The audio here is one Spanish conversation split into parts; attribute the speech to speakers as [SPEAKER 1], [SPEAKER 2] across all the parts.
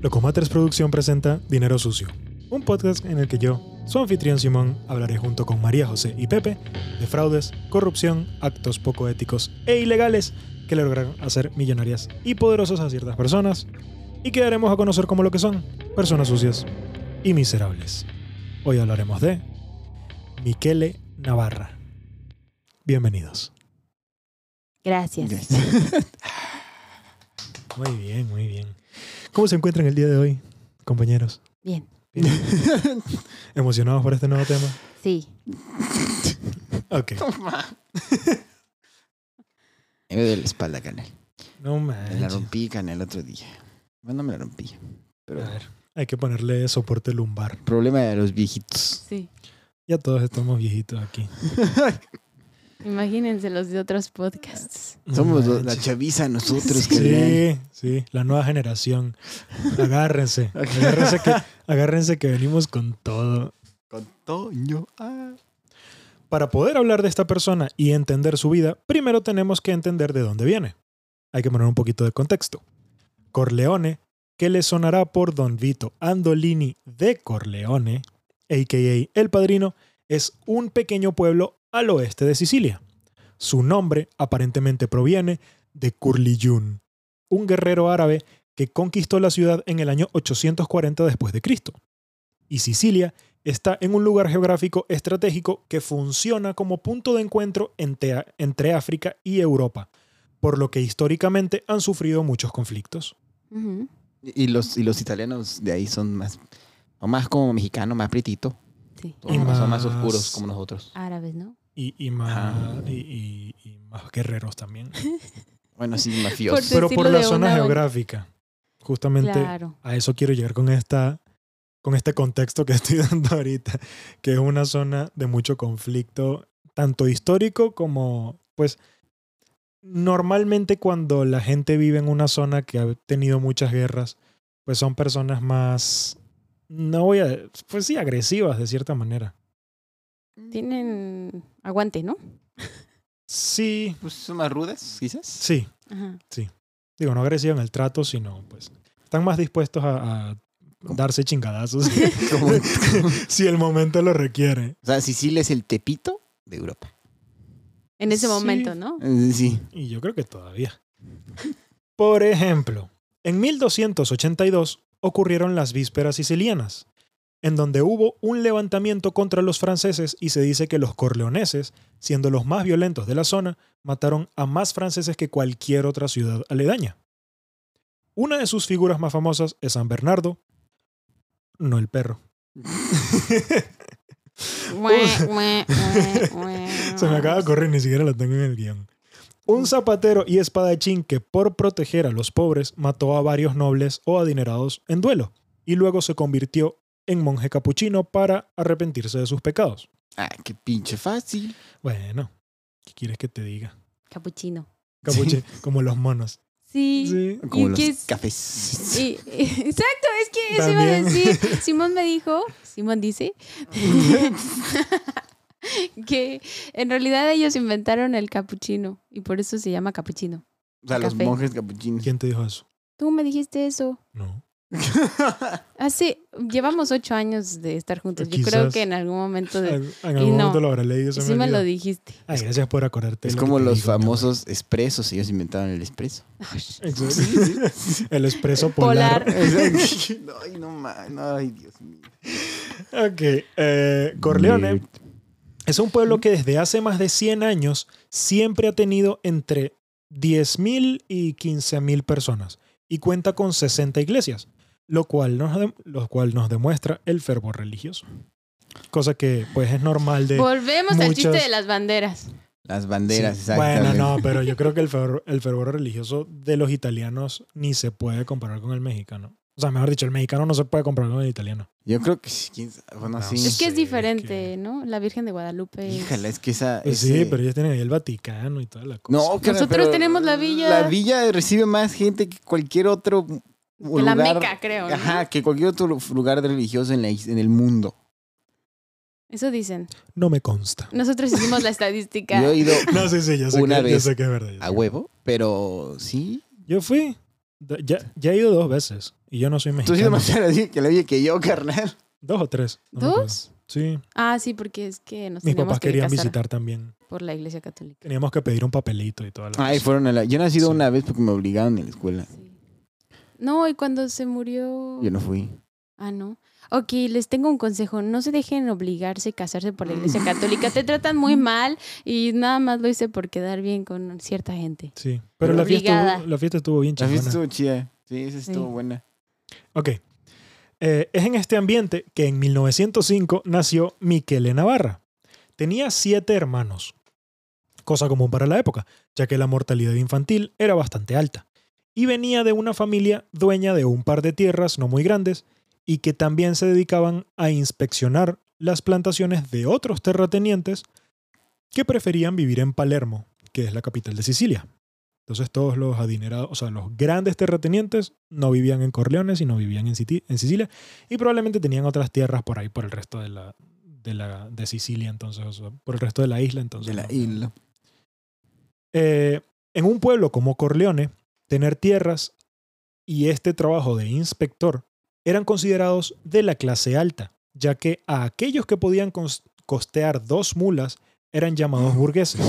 [SPEAKER 1] Locomatres Producción presenta Dinero Sucio, un podcast en el que yo, su anfitrión Simón, hablaré junto con María José y Pepe de fraudes, corrupción, actos poco éticos e ilegales que lograron hacer millonarias y poderosas a ciertas personas y que daremos a conocer como lo que son personas sucias y miserables. Hoy hablaremos de Miquele Navarra. Bienvenidos.
[SPEAKER 2] Gracias.
[SPEAKER 1] Muy bien, muy bien. ¿Cómo se encuentran el día de hoy, compañeros?
[SPEAKER 2] Bien.
[SPEAKER 1] ¿Emocionados por este nuevo tema?
[SPEAKER 2] Sí.
[SPEAKER 1] Ok.
[SPEAKER 3] Me duele la espalda, Canel.
[SPEAKER 1] No
[SPEAKER 3] Me la
[SPEAKER 1] manches.
[SPEAKER 3] rompí, Canel, el otro día. Bueno, no me la rompí.
[SPEAKER 1] A
[SPEAKER 3] Pero
[SPEAKER 1] ver, hay que ponerle soporte lumbar.
[SPEAKER 3] problema de los viejitos.
[SPEAKER 2] Sí.
[SPEAKER 1] Ya todos estamos viejitos aquí.
[SPEAKER 2] Imagínense los de otros podcasts.
[SPEAKER 1] No
[SPEAKER 3] Somos lo- la
[SPEAKER 1] manches.
[SPEAKER 3] chaviza nosotros, Canel.
[SPEAKER 1] Sí, sí, la nueva generación. Agárrense. Agárrense que, agárrense que venimos con todo.
[SPEAKER 3] Con Toño. Ah.
[SPEAKER 1] Para poder hablar de esta persona y entender su vida, primero tenemos que entender de dónde viene. Hay que poner un poquito de contexto. Corleone, que le sonará por Don Vito Andolini de Corleone, a.k.a. El Padrino, es un pequeño pueblo al oeste de Sicilia. Su nombre aparentemente proviene de Curliyun, un guerrero árabe que conquistó la ciudad en el año 840 después de Cristo. Y Sicilia está en un lugar geográfico estratégico que funciona como punto de encuentro entre, entre África y Europa, por lo que históricamente han sufrido muchos conflictos.
[SPEAKER 2] Ujú.
[SPEAKER 3] Y y los, y los italianos de ahí son más, o más como mexicanos, más pretitos.
[SPEAKER 2] Sí.
[SPEAKER 3] O
[SPEAKER 1] Y
[SPEAKER 3] más, o
[SPEAKER 1] más-
[SPEAKER 3] más oscuros como nosotros.
[SPEAKER 2] Árabes, ¿no?
[SPEAKER 1] Y, y más,
[SPEAKER 3] Ah.
[SPEAKER 1] y- y- y más guerreros también.
[SPEAKER 3] Bueno, sí, mafiosos.
[SPEAKER 2] Por-
[SPEAKER 1] Pero por
[SPEAKER 2] decirlo
[SPEAKER 1] la
[SPEAKER 2] de
[SPEAKER 1] zona
[SPEAKER 2] una-
[SPEAKER 1] geográfica. Justamente
[SPEAKER 2] Claro.
[SPEAKER 1] a eso quiero llegar con, esta, con este contexto que estoy dando ahorita, que es una zona de mucho conflicto, tanto histórico como, pues, normalmente cuando la gente vive en una zona que ha tenido muchas guerras, pues son personas más, no voy a, pues sí, agresivas de cierta manera.
[SPEAKER 2] Tienen aguante, ¿no?
[SPEAKER 1] Sí,
[SPEAKER 3] Pues son más rudas, quizás.
[SPEAKER 1] sí,
[SPEAKER 2] Ajá.
[SPEAKER 1] digo, no agresiva en el trato, sino, pues, están más dispuestos a... a darse chingadazos
[SPEAKER 3] Como- o
[SPEAKER 1] si el momento lo requiere.
[SPEAKER 3] sea, Sicilia es el tepito de Europa.
[SPEAKER 2] En ese
[SPEAKER 1] Sí.
[SPEAKER 2] momento, ¿no?
[SPEAKER 3] Eh, Sí.
[SPEAKER 1] Y yo creo que todavía. Por ejemplo, en 1282 ocurrieron las vísperas sicilianas, en donde hubo un levantamiento contra los franceses y se dice que los corleoneses, siendo los más violentos de la zona, mataron a más franceses que cualquier otra ciudad aledaña. Una de sus figuras más famosas es San Bernardo, no el perro.
[SPEAKER 2] Mue, mue, mue, mue.
[SPEAKER 1] Se me acaba de correr, ni siquiera lo tengo en el guión. Un zapatero y espadachín que por proteger a los pobres mató a varios nobles o adinerados en duelo y luego se convirtió en monje capuchino para arrepentirse de sus pecados.
[SPEAKER 3] Ah, qué pinche fácil.
[SPEAKER 1] Bueno, ¿qué quieres que te diga?
[SPEAKER 2] Capuchino.
[SPEAKER 1] Capuchi- como los monos.
[SPEAKER 2] Sí.
[SPEAKER 1] Sí.
[SPEAKER 3] Como
[SPEAKER 2] ¿Y
[SPEAKER 3] los
[SPEAKER 2] qué es?
[SPEAKER 3] cafés.
[SPEAKER 2] Y- exacto, es que eso iba a
[SPEAKER 1] También.
[SPEAKER 2] decir. Simón me dijo, Simón dice, que en realidad ellos inventaron el capuchino y por eso se llama capuchino.
[SPEAKER 3] O sea, los
[SPEAKER 2] Café.
[SPEAKER 3] monjes capuchinos.
[SPEAKER 1] ¿Quién te dijo eso?
[SPEAKER 2] Tú me dijiste eso.
[SPEAKER 1] No.
[SPEAKER 2] Hace, Ah, llevamos ocho años de estar juntos. Yo creo
[SPEAKER 1] Quizás.
[SPEAKER 2] que en algún momento de,
[SPEAKER 1] En en algún
[SPEAKER 2] no.
[SPEAKER 1] momento lo habré leído. se
[SPEAKER 2] sí me
[SPEAKER 1] olvidó.
[SPEAKER 2] lo dijiste.
[SPEAKER 1] Ay, gracias por acordarte.
[SPEAKER 3] Es
[SPEAKER 1] lo
[SPEAKER 3] como
[SPEAKER 1] que te
[SPEAKER 3] los
[SPEAKER 1] dije, mi amor.
[SPEAKER 3] famosos expresos, ellos inventaron el expreso.
[SPEAKER 1] Exacto. El expreso polar.
[SPEAKER 2] Polar.
[SPEAKER 3] Ay, no, ma- no, ay, Dios mío.
[SPEAKER 1] Ok. eh, Corleone, Es un pueblo que desde hace más de 100 años siempre ha tenido entre 10.000 y 15.000 personas y cuenta con 60 iglesias, lo cual nos, dem- lo cual nos demuestra el fervor religioso. Cosa que pues es normal de...
[SPEAKER 2] Volvemos al chiste
[SPEAKER 1] muchas-
[SPEAKER 2] de las banderas.
[SPEAKER 3] Las banderas,
[SPEAKER 1] Sí. Bueno,
[SPEAKER 3] exactamente.
[SPEAKER 1] no, pero yo creo que el fervor, el fervor religioso de los italianos ni se puede comparar con el mexicano. O sea, mejor dicho, el mexicano no se puede comparar con el italiano.
[SPEAKER 3] Yo creo que sí, quién sabe, bueno,
[SPEAKER 1] No.
[SPEAKER 3] sí.
[SPEAKER 2] Es
[SPEAKER 1] Sí,
[SPEAKER 2] que es diferente,
[SPEAKER 1] que-
[SPEAKER 2] ¿no? La Virgen de Guadalupe. es-
[SPEAKER 3] Híjala, es que esa.
[SPEAKER 1] Pues sí,
[SPEAKER 3] ese-
[SPEAKER 1] pero pues, ellos tienen ahí el Vaticano y toda la cosa.
[SPEAKER 3] No, cara,
[SPEAKER 2] Nosotros
[SPEAKER 3] pero
[SPEAKER 2] tenemos la villa.
[SPEAKER 3] La villa recibe más gente que cualquier otro
[SPEAKER 2] que la
[SPEAKER 3] lugar.
[SPEAKER 2] Meca, creo. ¿no?
[SPEAKER 3] Ajá, que cualquier otro lugar religioso en, la is- en el mundo.
[SPEAKER 2] Eso dicen.
[SPEAKER 1] No me consta.
[SPEAKER 2] Nosotros hicimos la estadística.
[SPEAKER 3] Yo he ido
[SPEAKER 1] No, sí, sí, ya sé,
[SPEAKER 3] Una
[SPEAKER 1] que, ya
[SPEAKER 3] vez
[SPEAKER 1] sé que es verdad. ya sé
[SPEAKER 3] a
[SPEAKER 1] que-
[SPEAKER 3] huevo, pero sí.
[SPEAKER 1] Yo fui. Da- Ya, ya he ido dos veces y yo no soy
[SPEAKER 3] Tú sí
[SPEAKER 1] mexicano.
[SPEAKER 3] más así que le dije que yo, carnal.
[SPEAKER 1] Dos o tres. no me acuerdo.
[SPEAKER 2] ¿Dos?
[SPEAKER 1] Sí.
[SPEAKER 2] Ah, sí, porque es que nos
[SPEAKER 1] Mis
[SPEAKER 2] teníamos
[SPEAKER 1] papás
[SPEAKER 2] que
[SPEAKER 1] querían
[SPEAKER 2] casar
[SPEAKER 1] visitar también.
[SPEAKER 2] por la iglesia católica.
[SPEAKER 1] Teníamos que pedir un papelito y toda la
[SPEAKER 3] Ay,
[SPEAKER 1] cosa.
[SPEAKER 3] Ah, fueron a la... Yo no he sido
[SPEAKER 1] Sí.
[SPEAKER 3] una vez porque me obligaron en la escuela.
[SPEAKER 2] Sí. No, y cuando se murió...
[SPEAKER 3] Yo no fui.
[SPEAKER 2] Ah, no. Ok, les tengo un consejo. No se dejen obligarse a casarse por la iglesia católica. Te tratan muy mal y nada más lo hice por quedar bien con cierta gente.
[SPEAKER 1] Sí. Pero la fiesta,
[SPEAKER 2] Obligada.
[SPEAKER 1] hubo- la fiesta estuvo bien
[SPEAKER 3] La
[SPEAKER 1] chingona.
[SPEAKER 3] fiesta estuvo chida. Sí, esa estuvo
[SPEAKER 2] Sí.
[SPEAKER 3] buena.
[SPEAKER 1] Ok. Eh, es en este ambiente que en 1905 nació Miquele Navarra. Tenía siete hermanos, cosa común para la época, ya que la mortalidad infantil era bastante alta. Y venía de una familia dueña de un par de tierras no muy grandes y que también se dedicaban a inspeccionar las plantaciones de otros terratenientes que preferían vivir en Palermo, que es la capital de Sicilia. Entonces todos los adinerados, o sea, los grandes terratenientes no vivían en Corleones y no vivían en, Siti- en Sicilia y probablemente tenían otras tierras por ahí por el resto de la de, la, de Sicilia, entonces, o sea, por el resto Pues de la isla, entonces.
[SPEAKER 3] De la
[SPEAKER 1] no.
[SPEAKER 3] isla.
[SPEAKER 1] Eh, en un pueblo como Corleone, tener tierras y este trabajo de inspector eran considerados de la clase alta, ya que a aquellos que podían cons- costear dos mulas eran llamados burgueses.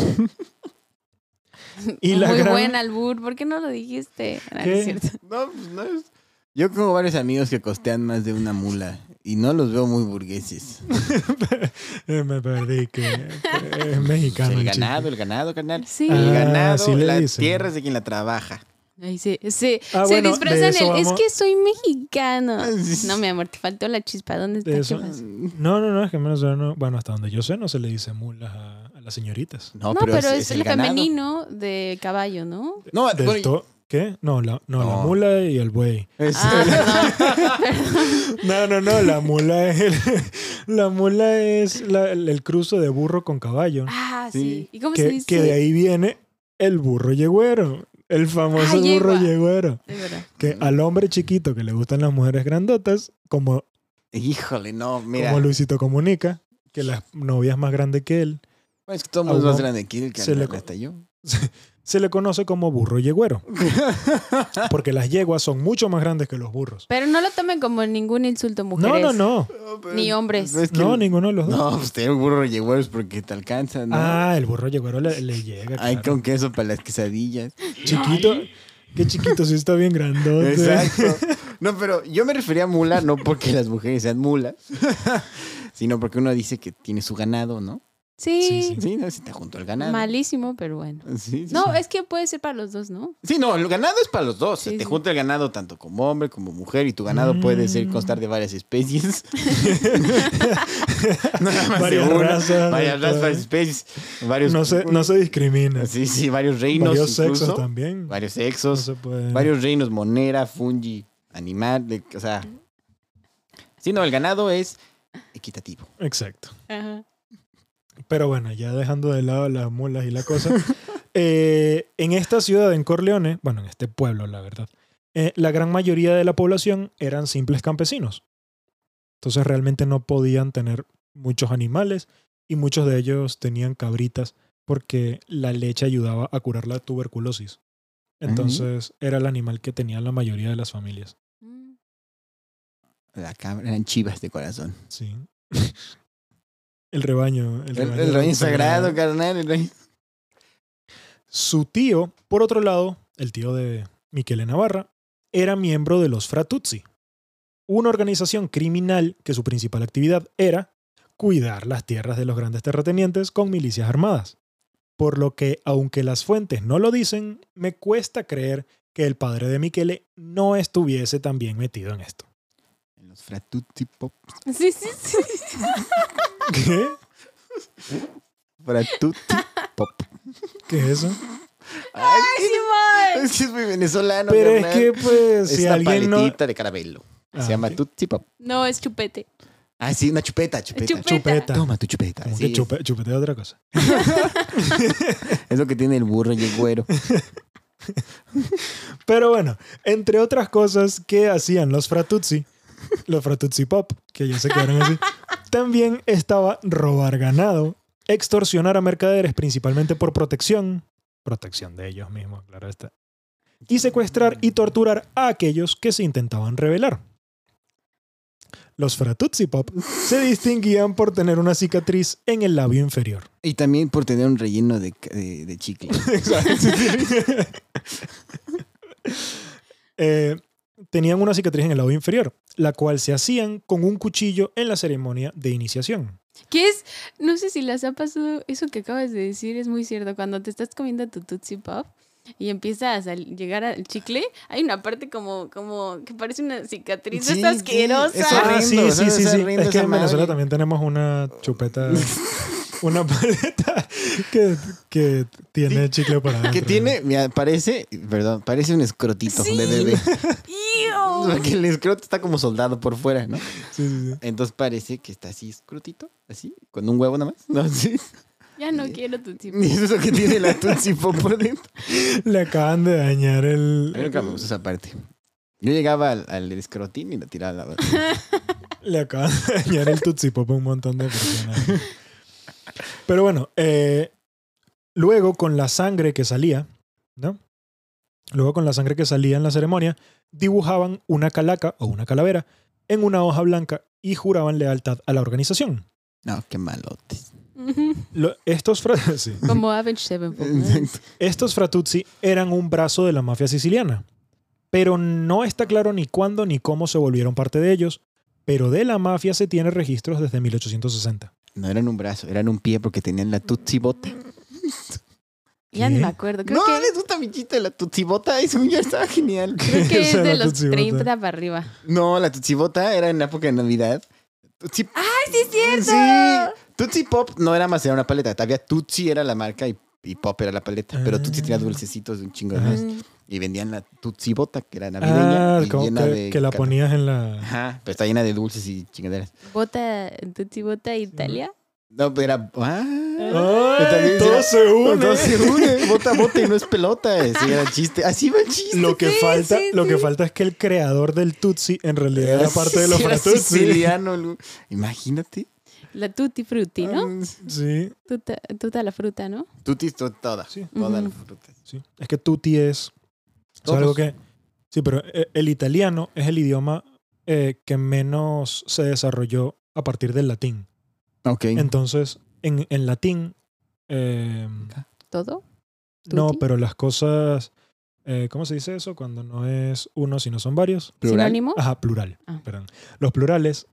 [SPEAKER 1] Y la
[SPEAKER 2] Muy
[SPEAKER 1] gran-
[SPEAKER 2] buen albur. ¿Por qué no lo dijiste? Ah, no
[SPEAKER 1] ¿Qué?
[SPEAKER 2] es cierto.
[SPEAKER 3] No, pues no es... Yo tengo varios amigos que costean más de una mula y no los veo muy burgueses.
[SPEAKER 1] Eh, Me perdí que, que es mexicano.
[SPEAKER 3] el
[SPEAKER 1] el chiste.
[SPEAKER 3] ganado, el ganado, carnal.
[SPEAKER 2] Sí.
[SPEAKER 1] Ah,
[SPEAKER 3] El ganado,
[SPEAKER 1] sí le
[SPEAKER 3] la
[SPEAKER 1] dicen.
[SPEAKER 3] tierra es de quien la trabaja.
[SPEAKER 2] Ahí se, se,
[SPEAKER 1] Ah,
[SPEAKER 2] se
[SPEAKER 1] bueno, de
[SPEAKER 2] disfrazan
[SPEAKER 1] eso
[SPEAKER 2] el. Es
[SPEAKER 1] vamos-
[SPEAKER 2] que soy mexicano.
[SPEAKER 3] Sí.
[SPEAKER 2] No, mi amor, te faltó la chispa. ¿Dónde está?
[SPEAKER 1] De
[SPEAKER 2] ¿Qué
[SPEAKER 1] eso-
[SPEAKER 2] pasó?
[SPEAKER 1] No, no, no, es que en Venezuela no- Bueno, hasta donde yo sé, no se le dice mulas a, a las señoritas.
[SPEAKER 2] No, pero, es, el,
[SPEAKER 3] ganado.
[SPEAKER 2] femenino de caballo, ¿no?
[SPEAKER 3] No,
[SPEAKER 1] Del
[SPEAKER 3] bueno,
[SPEAKER 1] to- ¿Qué? No, la, no, la
[SPEAKER 3] No.
[SPEAKER 1] mula y el buey.
[SPEAKER 3] es-
[SPEAKER 2] Ah, perdón.
[SPEAKER 1] No, no, no, la mula es el, la mula es la- el, el cruce de burro con caballo.
[SPEAKER 2] Ah, sí.
[SPEAKER 3] Sí.
[SPEAKER 2] ¿Y cómo se
[SPEAKER 1] Que,
[SPEAKER 2] dice?
[SPEAKER 1] que de ahí viene el burro yegüero, el famoso
[SPEAKER 2] Ah,
[SPEAKER 1] burro
[SPEAKER 2] yegua.
[SPEAKER 1] yegüero.
[SPEAKER 2] De verdad.
[SPEAKER 1] Que al hombre chiquito que le gustan las mujeres grandotas, como,
[SPEAKER 3] Híjole, no, mira.
[SPEAKER 1] como Luisito comunica, que las novias más grandes que él,
[SPEAKER 3] Es que todo el mundo es
[SPEAKER 1] Aún
[SPEAKER 3] más grande que él,
[SPEAKER 1] se
[SPEAKER 3] carnal,
[SPEAKER 1] le-
[SPEAKER 3] hasta yo.
[SPEAKER 1] se le conoce como burro yegüero. Porque las yeguas son mucho más grandes que los burros.
[SPEAKER 2] Pero no lo tomen como ningún insulto,
[SPEAKER 1] No,
[SPEAKER 2] mujeres.
[SPEAKER 1] no, no.
[SPEAKER 2] Ni hombres.
[SPEAKER 3] Es que-
[SPEAKER 1] No, ninguno de los dos.
[SPEAKER 3] No, pues tener un burro llegó es porque te alcanza, ¿no?
[SPEAKER 1] Ah, el burro yegüero le, le llega.
[SPEAKER 3] Hay
[SPEAKER 1] claro.
[SPEAKER 3] con queso para las quesadillas.
[SPEAKER 1] Chiquito. Qué chiquito, sí está bien grandote.
[SPEAKER 3] Exacto. No, pero yo me refería a mula no porque las mujeres sean mulas, sino porque uno dice que tiene su ganado, ¿no?
[SPEAKER 2] Sí,
[SPEAKER 1] Sí,
[SPEAKER 3] Sí, no, se te junto el ganado.
[SPEAKER 2] malísimo, pero bueno.
[SPEAKER 3] Sí, sí, sí.
[SPEAKER 2] No, es que puede ser para los dos, ¿no?
[SPEAKER 3] Sí, no, el ganado es para los dos.
[SPEAKER 2] Sí,
[SPEAKER 3] Se
[SPEAKER 2] sí.
[SPEAKER 3] te junta el ganado tanto como hombre como mujer y tu ganado puede
[SPEAKER 2] Mm.
[SPEAKER 3] ser constar de varias especies. no, nada más de
[SPEAKER 1] Varias
[SPEAKER 3] una,
[SPEAKER 1] razas,
[SPEAKER 3] Varias
[SPEAKER 1] de todo.
[SPEAKER 3] razas, varias especies. Varios,
[SPEAKER 1] No se, no se discrimina.
[SPEAKER 3] Sí, sí, varios reinos.
[SPEAKER 1] Varios
[SPEAKER 3] incluso,
[SPEAKER 1] sexos también.
[SPEAKER 3] Varios
[SPEAKER 1] No
[SPEAKER 3] sexos.
[SPEAKER 1] se puede-
[SPEAKER 3] Varios reinos, monera, fungi, animal, de- o sea... Sí, no, el ganado es equitativo.
[SPEAKER 1] Exacto.
[SPEAKER 2] Ajá.
[SPEAKER 1] Pero bueno, ya dejando de lado las mulas y la cosa. eh, en esta ciudad, en Corleone, bueno, en este pueblo, la verdad, eh, la gran mayoría de la población eran simples campesinos. Entonces realmente no podían tener muchos animales y muchos de ellos tenían cabritas porque la leche ayudaba a curar la tuberculosis. Entonces era el animal que tenían la mayoría de las familias.
[SPEAKER 2] Mm.
[SPEAKER 3] La cabra eran chivas de corazón.
[SPEAKER 1] Sí. El rebaño. El
[SPEAKER 3] El,
[SPEAKER 1] rebaño,
[SPEAKER 3] el reino sagrado, carnal. El reino...
[SPEAKER 1] Su tío, por otro lado, el tío de Michele Navarra, era miembro de los Fratuzzi, una organización criminal que su principal actividad era cuidar las tierras de los grandes terratenientes con milicias armadas. Por lo que, aunque las fuentes no lo dicen, me cuesta creer que el padre de Michele no estuviese también metido en esto.
[SPEAKER 3] Los fratutti pop.
[SPEAKER 2] Sí, sí, sí.
[SPEAKER 1] ¿Qué?
[SPEAKER 3] Fratutti pop.
[SPEAKER 1] ¿Qué es eso?
[SPEAKER 3] Ay,
[SPEAKER 2] Simón.
[SPEAKER 3] Es que es muy venezolano.
[SPEAKER 1] Pero es
[SPEAKER 3] carnal.
[SPEAKER 1] que, pues,
[SPEAKER 3] es
[SPEAKER 1] si
[SPEAKER 3] una
[SPEAKER 1] alguien no...
[SPEAKER 3] paletita de caramelo.
[SPEAKER 1] Ah,
[SPEAKER 3] Se llama
[SPEAKER 1] ok.
[SPEAKER 3] Tutsi Pop.
[SPEAKER 2] No, es chupete.
[SPEAKER 3] Ah, sí, una chupeta, chupeta.
[SPEAKER 2] Chupeta.
[SPEAKER 1] Chupeta.
[SPEAKER 3] Toma tu chupeta.
[SPEAKER 1] Como
[SPEAKER 3] sí.
[SPEAKER 1] que chupe- chupete es otra cosa.
[SPEAKER 3] Es lo que tiene el burro y el güero.
[SPEAKER 1] Pero bueno, entre otras cosas que hacían los Fratuzzi, los Fratuzzi Pop, que ya se quedaron así, también estaba robar ganado, extorsionar a mercaderes principalmente por protección, protección de ellos mismos, claro está, y secuestrar y torturar a aquellos que se intentaban rebelar. Los Fratuzzi Pop se distinguían por tener una cicatriz en el labio inferior.
[SPEAKER 3] Y también por tener un relleno de, ca- de- de chicle.
[SPEAKER 1] Eh, tenían una cicatriz en el labio inferior, la cual se hacían con un cuchillo en la ceremonia de iniciación.
[SPEAKER 2] ¿Qué es? No sé si las ha pasado. Eso que acabas de decir es muy cierto. Cuando te estás comiendo tu Tootsie Pop y empieza a sal- llegar al chicle, hay una parte como, como que parece una cicatriz.
[SPEAKER 3] Sí,
[SPEAKER 2] es asquerosa.
[SPEAKER 3] sí,
[SPEAKER 1] Ah,
[SPEAKER 3] eso- horrendo, o sea, es horrendo
[SPEAKER 1] Es que
[SPEAKER 3] esa
[SPEAKER 1] en Venezuela
[SPEAKER 3] madre.
[SPEAKER 1] también tenemos una chupeta, una paleta que, que tiene chicle para
[SPEAKER 3] Que
[SPEAKER 1] adentro.
[SPEAKER 3] tiene, mira, parece, perdón, parece un escrotito
[SPEAKER 2] Sí.
[SPEAKER 3] de bebé.
[SPEAKER 2] ¡Iu!
[SPEAKER 3] Porque el escroto está como soldado por fuera, ¿no?
[SPEAKER 1] Sí, sí, sí.
[SPEAKER 3] Entonces parece que está así escrotito, así, con un huevo nada más. No, sí.
[SPEAKER 2] Ya no quiero Tootsie Pop.
[SPEAKER 3] Y eso es lo que tiene la Tootsie Pop por dentro.
[SPEAKER 1] Le acaban de dañar
[SPEAKER 3] A mí
[SPEAKER 1] el.
[SPEAKER 3] nunca me gustó esa parte. Yo llegaba al, al escrotín y la tiraba a la basura.
[SPEAKER 1] Le acaban de dañar el Tootsie Pop a un montón de personas. Pero bueno, eh, luego con la sangre que salía, ¿no? Luego con la sangre que salía en la ceremonia, dibujaban una calaca o una calavera en una hoja blanca y juraban lealtad a la organización.
[SPEAKER 3] No, qué malotes.
[SPEAKER 1] Lo- estos, fra- sí.
[SPEAKER 2] Como Avenged Sevenfold. ¿no?
[SPEAKER 3] Exacto.
[SPEAKER 1] estos fratuzzi eran un brazo de la mafia siciliana, pero no está claro ni cuándo ni cómo se volvieron parte de ellos, pero de la mafia se tiene registros desde 1860.
[SPEAKER 3] No eran un brazo, eran un pie porque tenían la Tootsie Bota.
[SPEAKER 2] Ya no
[SPEAKER 1] ¿Qué?
[SPEAKER 2] me acuerdo. Creo
[SPEAKER 3] No,
[SPEAKER 2] que,
[SPEAKER 3] les gusta mi chiste de la Tootsie Bota. Eso ya estaba genial.
[SPEAKER 2] creo que
[SPEAKER 1] Esa
[SPEAKER 2] es
[SPEAKER 1] era
[SPEAKER 2] de los
[SPEAKER 1] Tootsie Bota.
[SPEAKER 2] 30 para arriba.
[SPEAKER 3] No, la Tootsie Bota era en la época de Navidad. Tootsie...
[SPEAKER 2] ¡Ay, sí es cierto!
[SPEAKER 3] Sí, Tootsie Pop no era más, era una paleta. Había Tootsie era la marca y, y Pop era la paleta. Pero Tootsie tenía dulcecitos de un chingo de
[SPEAKER 1] Ah. Ajá.
[SPEAKER 2] Mm.
[SPEAKER 3] más. Y vendían la Tootsie Bota, que era navideña.
[SPEAKER 1] Ah,
[SPEAKER 3] y
[SPEAKER 1] como
[SPEAKER 3] llena
[SPEAKER 1] que,
[SPEAKER 3] de
[SPEAKER 1] que la
[SPEAKER 3] cat-
[SPEAKER 1] ponías en la...
[SPEAKER 3] Ajá, pero está llena de dulces y chingaderas.
[SPEAKER 2] Bota, Tootsie Bota Italia.
[SPEAKER 3] No, pero era. Ah,
[SPEAKER 1] ¡Ay,
[SPEAKER 3] también
[SPEAKER 1] todo
[SPEAKER 3] era-
[SPEAKER 1] se une!
[SPEAKER 3] no se une, bota, bota y no es pelota. Ese era el chiste. Así va el chiste.
[SPEAKER 1] Lo que,
[SPEAKER 2] Sí,
[SPEAKER 1] falta,
[SPEAKER 2] sí,
[SPEAKER 1] lo que
[SPEAKER 2] sí.
[SPEAKER 1] falta es que el creador del Tutsi en realidad era parte de los
[SPEAKER 3] Sí, era
[SPEAKER 1] Fratuzzi.
[SPEAKER 3] siciliano, Lu. Imagínate.
[SPEAKER 2] La Tutti Frutti, ¿no?
[SPEAKER 3] Ah.
[SPEAKER 1] Sí,
[SPEAKER 2] Tuta, tuta la fruta, ¿no?
[SPEAKER 3] Tutis to- toda.
[SPEAKER 1] Sí.
[SPEAKER 3] Toda la
[SPEAKER 2] Ujú.
[SPEAKER 3] fruta.
[SPEAKER 1] sí. Es que Tutti es... o sea,
[SPEAKER 3] Todos.
[SPEAKER 1] algo que... Sí, pero eh, el italiano es el idioma eh, que menos se desarrolló a partir del latín.
[SPEAKER 3] Ok.
[SPEAKER 1] Entonces, en, en latín... eh,
[SPEAKER 2] ¿Todo?
[SPEAKER 1] no,
[SPEAKER 2] ¿Tutti?
[SPEAKER 1] pero las cosas... eh, ¿Cómo se dice eso? Cuando no es uno, sino son varios.
[SPEAKER 3] Plural.
[SPEAKER 2] ¿Sinónimo?
[SPEAKER 1] Ajá, plural.
[SPEAKER 2] Ah.
[SPEAKER 1] Perdón. Los plurales,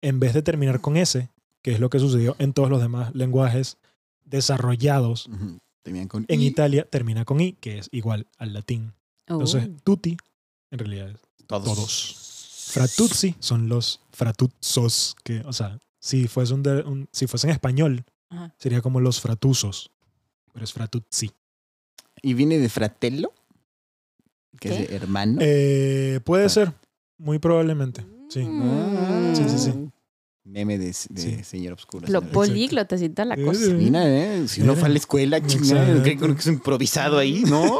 [SPEAKER 1] en vez de terminar con S, que es lo que sucedió en todos los demás lenguajes desarrollados
[SPEAKER 3] Ujú. Tenían con.
[SPEAKER 1] en
[SPEAKER 3] i,
[SPEAKER 1] Italia, termina con I, que es igual al latín.
[SPEAKER 2] Oh.
[SPEAKER 1] Entonces, tutti, en realidad, es
[SPEAKER 3] Todos.
[SPEAKER 1] todos. fratuzzi son los fratuzos, que, o sea, si fuese, un de- un- si fuese en español,
[SPEAKER 2] Ajá.
[SPEAKER 1] sería como los fratuzos, pero es fratuzzi.
[SPEAKER 3] Y viene de fratello. Que es
[SPEAKER 2] ¿Qué?
[SPEAKER 3] de hermano.
[SPEAKER 1] Eh, puede
[SPEAKER 3] Ah.
[SPEAKER 1] ser, muy probablemente. Sí.
[SPEAKER 3] Ah.
[SPEAKER 1] Sí, sí, sí.
[SPEAKER 3] Meme de, de
[SPEAKER 1] Sí.
[SPEAKER 3] señor oscuro.
[SPEAKER 2] Mm. Lo
[SPEAKER 3] señor.
[SPEAKER 2] políglotas y toda la
[SPEAKER 1] Sí,
[SPEAKER 2] cosa.
[SPEAKER 1] sí.
[SPEAKER 3] Mira, ¿eh? Si uno fue a la escuela, chingada,
[SPEAKER 1] Exacto.
[SPEAKER 3] creen que uno es improvisado ahí, ¿no?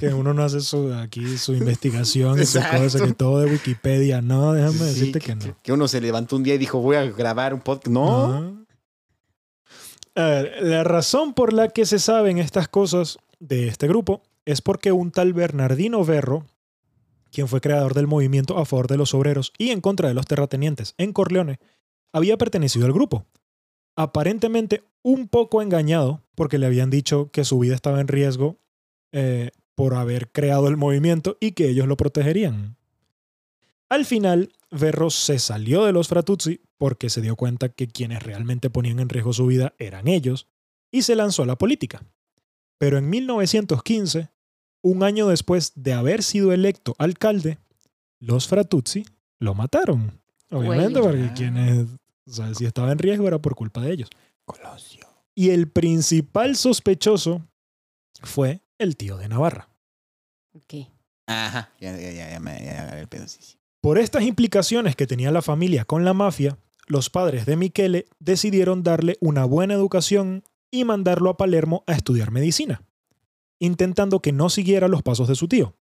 [SPEAKER 1] Que uno no hace su, aquí su investigación y su
[SPEAKER 3] Exacto.
[SPEAKER 1] cosa, que todo de Wikipedia. No, déjame
[SPEAKER 3] Sí,
[SPEAKER 1] decirte que, no.
[SPEAKER 3] Que uno se levantó un día y dijo, voy a grabar un podcast. No.
[SPEAKER 1] No. A ver, la razón por la que se saben estas cosas de este grupo es porque un tal Bernardino Berro, quien fue creador del movimiento a favor de los obreros y en contra de los terratenientes en Corleone, había pertenecido al grupo. Aparentemente un poco engañado porque le habían dicho que su vida estaba en riesgo eh, por haber creado el movimiento y que ellos lo protegerían. Al final, Berro se salió de los Fratuzzi porque se dio cuenta que quienes realmente ponían en riesgo su vida eran ellos y se lanzó a la política. Pero en 1915, un año después de haber sido electo alcalde, los Fratuzzi lo mataron. Obviamente,
[SPEAKER 2] Güey.
[SPEAKER 1] porque quienes, o sea, si estaba en riesgo era por culpa de ellos.
[SPEAKER 3] Colosio.
[SPEAKER 1] Y el principal sospechoso fue el tío de Navarra.
[SPEAKER 2] Ok.
[SPEAKER 3] Ajá. Ya, ya, ya, ya me ya agarré el pedo, sí, sí.
[SPEAKER 1] Por estas implicaciones que tenía la familia con la mafia, los padres de Michele decidieron darle una buena educación y mandarlo a Palermo a estudiar medicina, intentando que no siguiera los pasos de su tío.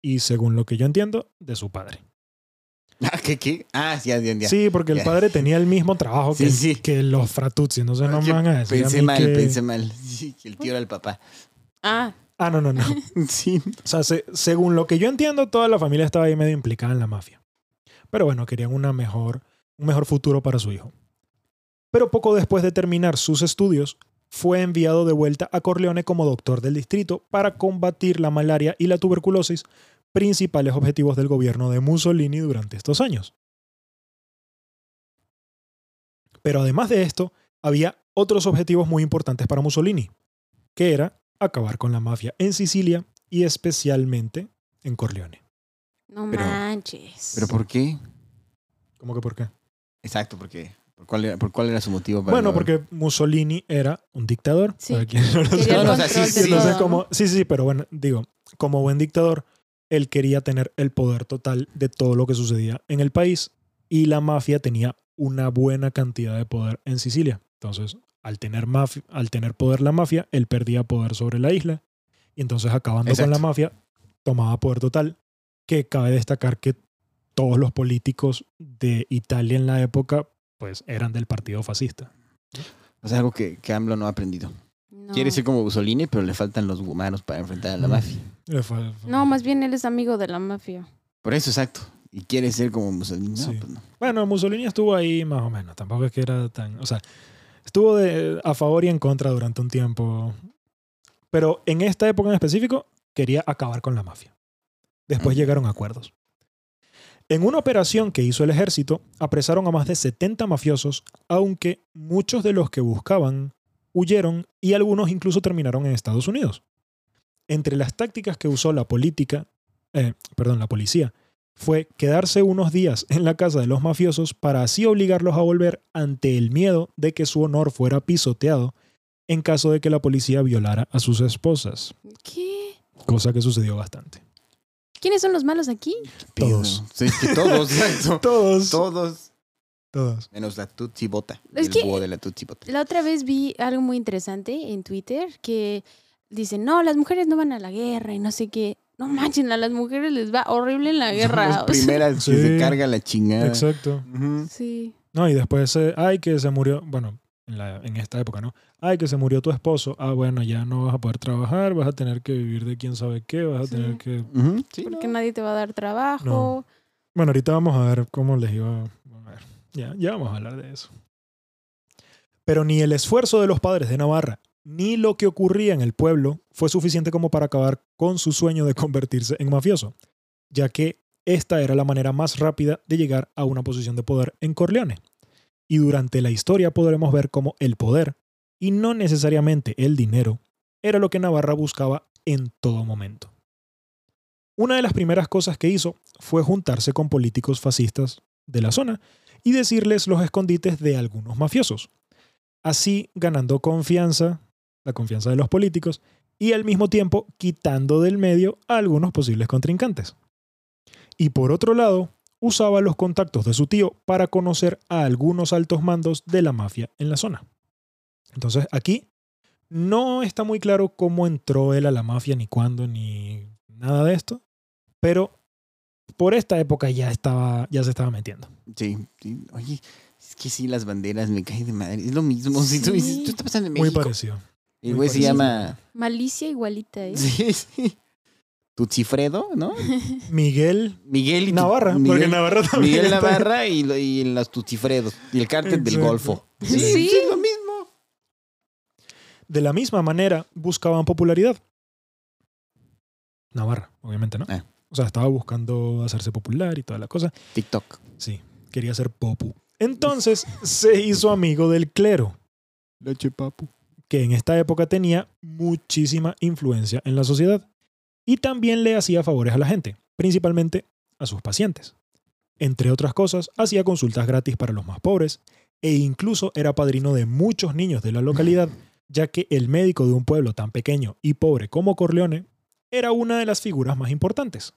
[SPEAKER 1] Y según lo que yo entiendo, de su padre.
[SPEAKER 3] Ah, ¿qué, qué? Ah, sí, ya, ya, ya.
[SPEAKER 1] sí, porque el
[SPEAKER 3] ya.
[SPEAKER 1] padre tenía el mismo trabajo que,
[SPEAKER 3] Sí, sí.
[SPEAKER 1] que los fratuzzi, no se
[SPEAKER 3] Ah,
[SPEAKER 1] no me
[SPEAKER 3] yo
[SPEAKER 1] van a decir a
[SPEAKER 3] Pensé
[SPEAKER 1] mí
[SPEAKER 3] mal,
[SPEAKER 1] que-
[SPEAKER 3] pensé mal. Sí, que el tío era el papá.
[SPEAKER 2] Ah,
[SPEAKER 1] Ah, no, no, no.
[SPEAKER 3] Sí.
[SPEAKER 1] O sea, se- según lo que yo entiendo, toda la familia estaba ahí medio implicada en la mafia. Pero bueno, querían una mejor, un mejor futuro para su hijo. Pero poco después de terminar sus estudios, fue enviado de vuelta a Corleone como doctor del distrito para combatir la malaria y la tuberculosis, principales objetivos del gobierno de Mussolini durante estos años. Pero además de esto, había otros objetivos muy importantes para Mussolini, que era acabar con la mafia en Sicilia y especialmente en Corleone.
[SPEAKER 2] no
[SPEAKER 3] Pero-
[SPEAKER 2] manches.
[SPEAKER 3] ¿Pero por qué?
[SPEAKER 1] ¿Cómo que por qué?
[SPEAKER 3] Exacto, ¿por qué? ¿Por cuál era, por cuál era su motivo para.?
[SPEAKER 1] Bueno, porque Mussolini era un dictador.
[SPEAKER 2] Sí.
[SPEAKER 1] para quien no lo
[SPEAKER 2] Quería
[SPEAKER 1] sepa.
[SPEAKER 2] el
[SPEAKER 3] No, no, o sea,
[SPEAKER 2] control
[SPEAKER 3] sí,
[SPEAKER 2] de
[SPEAKER 3] sí,
[SPEAKER 1] No sé
[SPEAKER 2] todo,
[SPEAKER 1] cómo- sí, sí, pero bueno, digo, como buen dictador, él quería tener el poder total de todo lo que sucedía en el país y la mafia tenía una buena cantidad de poder en Sicilia. Entonces, al tener, maf- al tener poder la mafia, él perdía poder sobre la isla y entonces acabando con
[SPEAKER 3] Exacto.
[SPEAKER 1] la mafia, tomaba poder total, que cabe destacar que todos los políticos de Italia en la época pues eran del partido fascista.
[SPEAKER 3] O sea, algo que, que AMLO no ha aprendido.
[SPEAKER 2] No.
[SPEAKER 3] Quiere ser como Mussolini, pero le faltan los humanos para enfrentar a
[SPEAKER 1] Mm.
[SPEAKER 3] la mafia.
[SPEAKER 1] Le fue-
[SPEAKER 2] No, más bien él es amigo de la mafia.
[SPEAKER 3] Por eso, exacto. Y quiere ser como Mussolini. No,
[SPEAKER 1] Sí.
[SPEAKER 3] pues no.
[SPEAKER 1] Bueno, Mussolini estuvo ahí más o menos, tampoco es que era tan, o sea, estuvo de- a favor y en contra durante un tiempo. Pero en esta época en específico quería acabar con la mafia. Después
[SPEAKER 3] Mm.
[SPEAKER 1] llegaron a acuerdos. En una operación que hizo el ejército, apresaron a más de 70 mafiosos, aunque muchos de los que buscaban huyeron y algunos incluso terminaron en Estados Unidos. Entre las tácticas que usó la política, eh, perdón, la policía fue quedarse unos días en la casa de los mafiosos para así obligarlos a volver ante el miedo de que su honor fuera pisoteado en caso de que la policía violara a sus esposas,
[SPEAKER 2] ¿Qué?
[SPEAKER 1] cosa que sucedió bastante.
[SPEAKER 2] ¿Quiénes son los malos aquí?
[SPEAKER 3] Pido.
[SPEAKER 1] Todos.
[SPEAKER 3] Sí, que todos, exacto.
[SPEAKER 1] Todos,
[SPEAKER 3] Todos.
[SPEAKER 1] todos.
[SPEAKER 3] Menos la Tutsi Bota.
[SPEAKER 2] Es
[SPEAKER 3] el
[SPEAKER 2] que-
[SPEAKER 3] búho de la Tutsi Bota.
[SPEAKER 2] La otra vez vi algo muy interesante en Twitter que dicen, no, las mujeres no van a la guerra y no sé qué. No manchen, a las mujeres les va horrible en la
[SPEAKER 3] Son
[SPEAKER 2] guerra.
[SPEAKER 3] las
[SPEAKER 2] o sea,
[SPEAKER 3] primeras que
[SPEAKER 1] Sí.
[SPEAKER 3] se carga la chingada.
[SPEAKER 1] Exacto.
[SPEAKER 3] Ujú.
[SPEAKER 2] sí.
[SPEAKER 1] No, y después, eh, ay, que se murió, bueno, en, la- en esta época, ¿no? Ay, que se murió tu esposo. Ah, bueno, ya no vas a poder trabajar, vas a tener que vivir de quién sabe qué, vas a
[SPEAKER 2] Sí.
[SPEAKER 1] tener que...
[SPEAKER 3] Ujú. Sí,
[SPEAKER 2] Porque
[SPEAKER 3] no.
[SPEAKER 2] nadie te va a dar trabajo.
[SPEAKER 1] No. Bueno, ahorita vamos a ver cómo les iba. A ver, ya, ya vamos a hablar de eso. Pero ni el esfuerzo de los padres de Navarra, ni lo que ocurría en el pueblo, fue suficiente como para acabar con su sueño de convertirse en mafioso, ya que esta era la manera más rápida de llegar a una posición de poder en Corleone. Y durante la historia podremos ver cómo el poder, y no necesariamente el dinero, era lo que Navarra buscaba en todo momento. Una de las primeras cosas que hizo fue juntarse con políticos fascistas de la zona y decirles los escondites de algunos mafiosos. Así ganando confianza, la confianza de los políticos, y al mismo tiempo quitando del medio a algunos posibles contrincantes. Y por otro lado, usaba los contactos de su tío para conocer a algunos altos mandos de la mafia en la zona. Entonces aquí no está muy claro cómo entró él a la mafia, ni cuándo, ni nada de esto, pero por esta época ya estaba, ya se estaba metiendo.
[SPEAKER 3] Sí, sí. Oye, es que sí, las banderas me caen de madre. Es lo mismo. Si tú
[SPEAKER 2] Sí.
[SPEAKER 3] dices, tú estás pasando en
[SPEAKER 1] Muy
[SPEAKER 3] México.
[SPEAKER 1] parecido.
[SPEAKER 3] el
[SPEAKER 1] muy
[SPEAKER 3] güey se
[SPEAKER 1] parecido.
[SPEAKER 3] llama.
[SPEAKER 2] Malicia igualita, ¿eh?
[SPEAKER 3] Sí, sí. Tutsifredo, ¿no?
[SPEAKER 1] Miguel
[SPEAKER 3] Miguel y tu-
[SPEAKER 1] Navarra,
[SPEAKER 3] Miguel,
[SPEAKER 1] porque Navarra también.
[SPEAKER 3] Miguel
[SPEAKER 1] está-
[SPEAKER 3] Navarra y, lo- y las Tutsifredos. Y el cártel del
[SPEAKER 1] Exacto.
[SPEAKER 3] Golfo.
[SPEAKER 2] Sí.
[SPEAKER 3] es lo mismo.
[SPEAKER 1] De la misma manera buscaban popularidad. Navarra, obviamente, ¿no?
[SPEAKER 3] Ah.
[SPEAKER 1] O sea, estaba buscando hacerse popular y toda la cosa.
[SPEAKER 3] TikTok.
[SPEAKER 1] Sí, quería ser popu. Entonces se hizo amigo del clero,
[SPEAKER 3] Leche papu.
[SPEAKER 1] que en esta época tenía muchísima influencia en la sociedad. Y también le hacía favores a la gente, principalmente a sus pacientes. Entre otras cosas, hacía consultas gratis para los más pobres e incluso era padrino de muchos niños de la localidad, ya que el médico de un pueblo tan pequeño y pobre como Corleone era una de las figuras más importantes.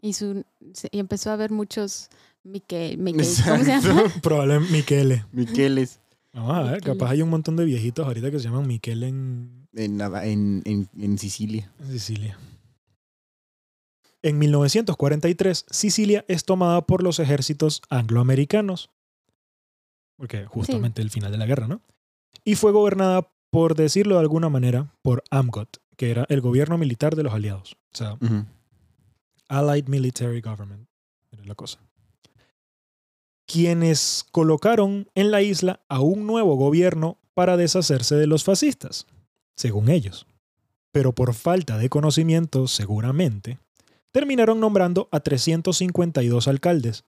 [SPEAKER 2] Y, su, se- y empezó a ver muchos Miquel, Miquel, ¿cómo se llama?
[SPEAKER 1] Probablemente Miquele.
[SPEAKER 3] Miqueles.
[SPEAKER 1] Vamos a ver,
[SPEAKER 2] Miquele.
[SPEAKER 1] capaz hay un montón de viejitos ahorita que se llaman Miquele en,
[SPEAKER 3] En, Nava- en, en, en Sicilia.
[SPEAKER 1] en Sicilia. En 1943, Sicilia es tomada por los ejércitos angloamericanos, porque justamente el final de la guerra, ¿no? Y fue gobernada, por decirlo de alguna manera, por Amgot, que era el gobierno militar de los aliados. O sea,
[SPEAKER 3] Ujú.
[SPEAKER 1] Allied Military Government. Era la cosa. Quienes colocaron en la isla a un nuevo gobierno para deshacerse de los fascistas, según ellos. Pero por falta de conocimiento, seguramente, terminaron nombrando a 352 alcaldes,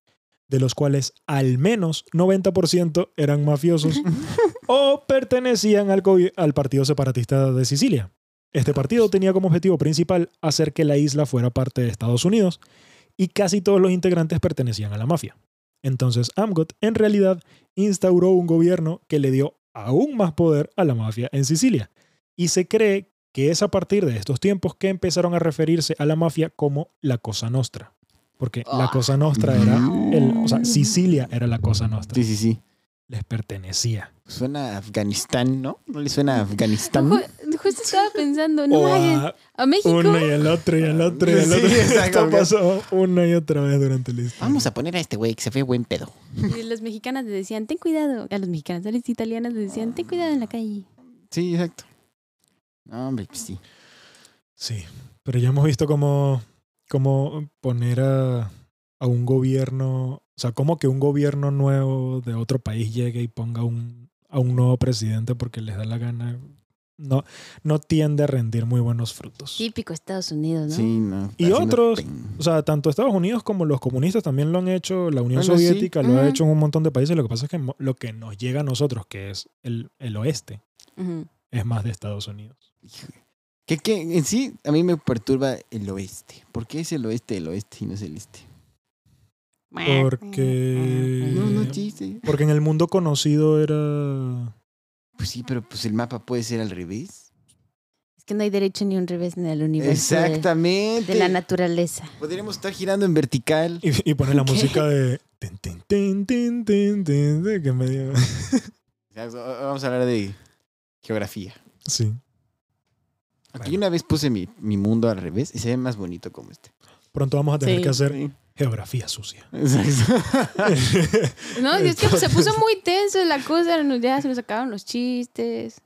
[SPEAKER 1] de los cuales al menos 90% eran mafiosos o pertenecían al, gobi- al Partido Separatista de Sicilia. Este partido tenía como objetivo principal hacer que la isla fuera parte de Estados Unidos y casi todos los integrantes pertenecían a la mafia. Entonces Amgot en realidad instauró un gobierno que le dio aún más poder a la mafia en Sicilia. Y se cree que es a partir de estos tiempos que empezaron a referirse a la mafia como la Cosa Nostra. Porque la
[SPEAKER 2] Ah.
[SPEAKER 1] Cosa Nostra era... el- o sea, Sicilia era la Cosa Nostra.
[SPEAKER 3] Sí, sí, sí.
[SPEAKER 1] Les pertenecía.
[SPEAKER 3] Suena a Afganistán, ¿no? ¿No le suena a Afganistán?
[SPEAKER 2] Ju- justo estaba pensando, no
[SPEAKER 1] O
[SPEAKER 2] vayas
[SPEAKER 1] a
[SPEAKER 2] a México.
[SPEAKER 1] Uno y el otro y el otro y el
[SPEAKER 3] Sí,
[SPEAKER 1] otro.
[SPEAKER 3] exacto.
[SPEAKER 1] Esto pasó una y otra vez durante la historia.
[SPEAKER 3] Vamos a poner a este güey que se ve buen pedo.
[SPEAKER 2] Y las mexicanas le decían, ten cuidado. A los mexicanos, a las italianas le decían, ten cuidado en la calle.
[SPEAKER 3] Sí, exacto. No, hombre, pues sí.
[SPEAKER 1] Sí, pero ya hemos visto cómo, cómo poner a, a un gobierno, o sea, cómo que un gobierno nuevo de otro país llegue y ponga un, a un nuevo presidente porque les da la gana. No, no tiende a rendir muy buenos frutos.
[SPEAKER 2] Típico Estados Unidos, ¿no?
[SPEAKER 3] Sí, no.
[SPEAKER 1] Y
[SPEAKER 3] haciendo
[SPEAKER 1] otros-
[SPEAKER 3] pen-
[SPEAKER 1] O sea, tanto Estados Unidos como los comunistas también lo han hecho, la Unión
[SPEAKER 3] Bueno, sí.
[SPEAKER 1] Soviética lo ha
[SPEAKER 2] Ujú.
[SPEAKER 1] hecho en un montón de países. Lo que pasa es que mo- lo que nos llega a nosotros, que es el, el oeste,
[SPEAKER 2] Ujú.
[SPEAKER 1] es más de Estados Unidos.
[SPEAKER 3] Que, que en sí a mí me perturba el oeste. ¿Por qué es el oeste el oeste y no es el este?
[SPEAKER 1] Porque-
[SPEAKER 3] No,
[SPEAKER 1] Eh,
[SPEAKER 3] no chiste.
[SPEAKER 1] Porque en el mundo conocido era...
[SPEAKER 3] Pues sí, pero pues el mapa puede ser al revés.
[SPEAKER 2] Es que no hay derecho ni un revés en el universo. de-
[SPEAKER 3] Exactamente.
[SPEAKER 2] De la naturaleza.
[SPEAKER 3] Podríamos estar girando en vertical.
[SPEAKER 1] Y, y pone la
[SPEAKER 2] ¿Qué?
[SPEAKER 1] música de... tin, tin, tin, tin, tin, tin, de que medio-
[SPEAKER 3] O sea, so- Vamos a hablar de geografía.
[SPEAKER 1] Sí.
[SPEAKER 3] Aquí
[SPEAKER 1] Bueno.
[SPEAKER 3] una vez puse mi, mi mundo al revés y se ve más bonito como este.
[SPEAKER 1] Pronto vamos a tener
[SPEAKER 2] Sí.
[SPEAKER 1] que hacer
[SPEAKER 3] Sí.
[SPEAKER 1] geografía sucia.
[SPEAKER 3] Exacto.
[SPEAKER 2] No, y es que se puso muy tenso la cosa, no- ya se nos acabaron los chistes.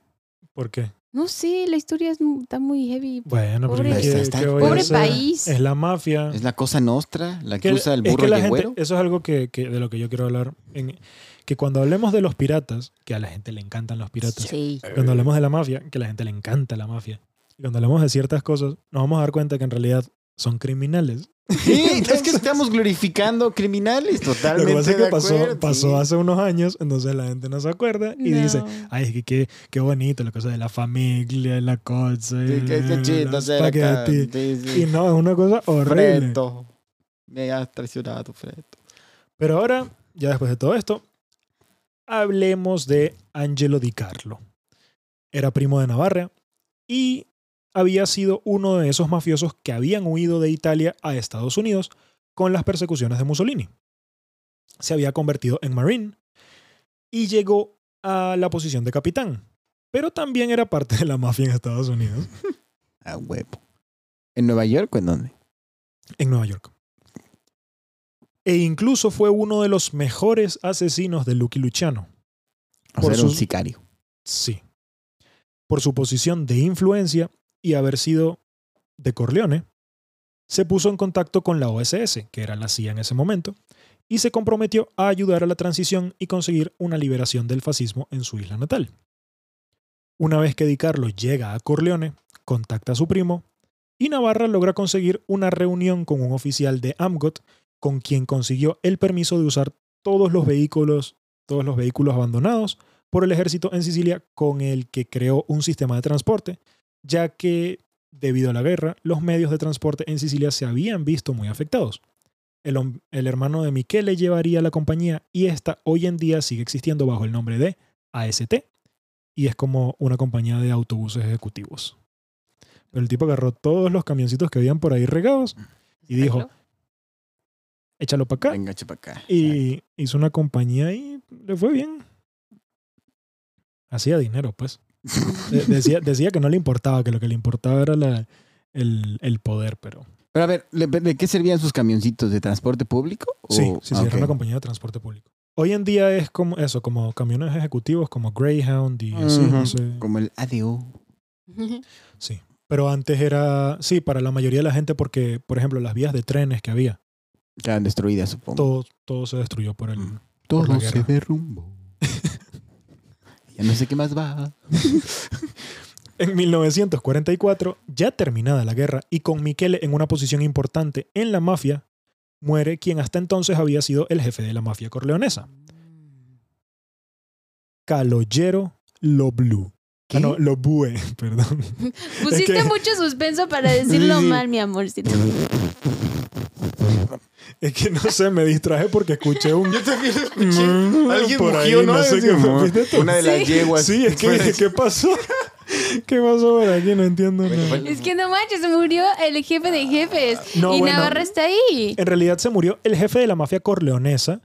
[SPEAKER 1] ¿Por qué?
[SPEAKER 2] No sé, la historia es mu- está muy heavy.
[SPEAKER 1] Bueno, pero
[SPEAKER 2] Pobre-
[SPEAKER 1] ¿qué-
[SPEAKER 3] Está- está-
[SPEAKER 1] qué voy a
[SPEAKER 2] Pobre
[SPEAKER 1] hacer?
[SPEAKER 2] país.
[SPEAKER 1] Es la mafia.
[SPEAKER 3] es la cosa nostra, la que
[SPEAKER 1] Que-
[SPEAKER 3] usa el
[SPEAKER 1] es
[SPEAKER 3] burro
[SPEAKER 1] que la
[SPEAKER 3] y el
[SPEAKER 1] gente-
[SPEAKER 3] güero.
[SPEAKER 1] Eso es algo que, que- de lo que yo quiero hablar. en- que cuando hablemos de los piratas, que a la gente le encantan los piratas,
[SPEAKER 2] Sí.
[SPEAKER 1] cuando hablemos de la mafia, que a la gente le encanta la mafia, y cuando hablemos de ciertas cosas, nos vamos a dar cuenta que en realidad son criminales.
[SPEAKER 3] Sí, es que estamos glorificando criminales
[SPEAKER 1] Lo
[SPEAKER 3] totalmente.
[SPEAKER 1] que pasa es
[SPEAKER 3] de
[SPEAKER 1] que pasó,
[SPEAKER 3] acuerdo,
[SPEAKER 1] pasó
[SPEAKER 3] sí.
[SPEAKER 1] hace unos años, entonces la gente no se acuerda y dice, ay, es que qué, qué bonito, la cosa de la familia, la cosa,
[SPEAKER 3] Sí,
[SPEAKER 1] el
[SPEAKER 3] que este chito
[SPEAKER 1] los
[SPEAKER 3] se era acá,
[SPEAKER 1] espagueti".
[SPEAKER 3] sí, sí.
[SPEAKER 1] Mm, Y no, es una cosa horrible.
[SPEAKER 3] Freto. Me has traicionado, Freto.
[SPEAKER 1] Pero ahora, ya después de todo esto, hablemos de Angelo Di Carlo. Era primo de Navarra y había sido uno de esos mafiosos que habían huido de Italia a Estados Unidos con las persecuciones de Mussolini. Se había convertido en marine y llegó a la posición de capitán, pero también era parte de la mafia en Estados Unidos,
[SPEAKER 3] A huevo. ¿En Nueva York o en dónde?
[SPEAKER 1] en Nueva York. E incluso fue uno de los mejores asesinos de Lucky Luciano.
[SPEAKER 3] O
[SPEAKER 1] Por
[SPEAKER 3] ser un
[SPEAKER 1] sus-
[SPEAKER 3] sicario.
[SPEAKER 1] Sí. Por su posición de influencia y haber sido de Corleone, se puso en contacto con la OSS, que era la CIA en ese momento, y se comprometió a ayudar a la transición y conseguir una liberación del fascismo en su isla natal. Una vez que Di Carlo llega a Corleone, contacta a su primo y Navarra logra conseguir una reunión con un oficial de AMGOT con quien consiguió el permiso de usar todos los vehículos, todos los vehículos abandonados por el ejército en Sicilia con el que creó un sistema de transporte, ya que debido a la guerra los medios de transporte en Sicilia se habían visto muy afectados. El, hom- el hermano de Michele llevaría la compañía y esta hoy en día sigue existiendo bajo el nombre de AST y es como una compañía de autobuses ejecutivos. Pero el tipo agarró todos los camioncitos que habían por ahí regados y dijo, échalo para acá.
[SPEAKER 3] Venga, chepa acá.
[SPEAKER 1] Y hizo una compañía y le fue bien. Hacía dinero, pues. De- decía, decía que no le importaba, que lo que le importaba era la- el, el poder, pero...
[SPEAKER 3] Pero a ver, ¿le- ¿de qué servían sus camioncitos? ¿De transporte público? ¿O-
[SPEAKER 1] Sí, sí, sí,
[SPEAKER 3] ah,
[SPEAKER 1] era una
[SPEAKER 3] ok.
[SPEAKER 1] compañía de transporte público. Hoy en día es como eso, como camiones ejecutivos, como Greyhound y así,
[SPEAKER 3] Ujú,
[SPEAKER 1] no sé.
[SPEAKER 3] Como el ADO.
[SPEAKER 2] Ujú.
[SPEAKER 1] Sí. Pero antes era, sí, para la mayoría de la gente, porque, por ejemplo, las vías de trenes que había,
[SPEAKER 3] Quedan destruidas, supongo.
[SPEAKER 1] todo, todo se destruyó por el...
[SPEAKER 3] Mm.
[SPEAKER 1] por la guerra.
[SPEAKER 3] derrumbó. ya no sé qué más va.
[SPEAKER 1] En 1944, ya terminada la guerra y con Michele en una posición importante en la mafia, muere quien hasta entonces había sido el jefe de la mafia corleonesa, Calogero Loblu.
[SPEAKER 3] ¿Qué?
[SPEAKER 1] Ah, no, Lobue, perdón.
[SPEAKER 2] Pusiste
[SPEAKER 1] que-
[SPEAKER 2] mucho suspenso para decirlo
[SPEAKER 3] Sí, sí.
[SPEAKER 2] mal, mi amorcito.
[SPEAKER 1] Es que no sé, me distraje porque escuché un...
[SPEAKER 3] Yo también
[SPEAKER 1] Mm,
[SPEAKER 3] Alguien
[SPEAKER 1] por
[SPEAKER 3] mugió,
[SPEAKER 1] ahí,
[SPEAKER 3] ¿no?
[SPEAKER 1] no sé
[SPEAKER 3] Así
[SPEAKER 1] qué
[SPEAKER 3] como-
[SPEAKER 1] fue, ¿viste tú?
[SPEAKER 3] Una de las
[SPEAKER 2] Sí.
[SPEAKER 3] yeguas.
[SPEAKER 1] Sí, es que
[SPEAKER 3] Fue
[SPEAKER 1] dije,
[SPEAKER 3] así.
[SPEAKER 1] ¿qué pasó? ¿Qué pasó por aquí? No entiendo
[SPEAKER 3] Bueno,
[SPEAKER 1] nada.
[SPEAKER 3] bueno.
[SPEAKER 2] Es que no manches, murió el jefe de jefes.
[SPEAKER 1] Ah, No,
[SPEAKER 2] y
[SPEAKER 1] bueno.
[SPEAKER 2] Navarra está ahí.
[SPEAKER 1] En realidad se murió el jefe de la mafia corleonesa.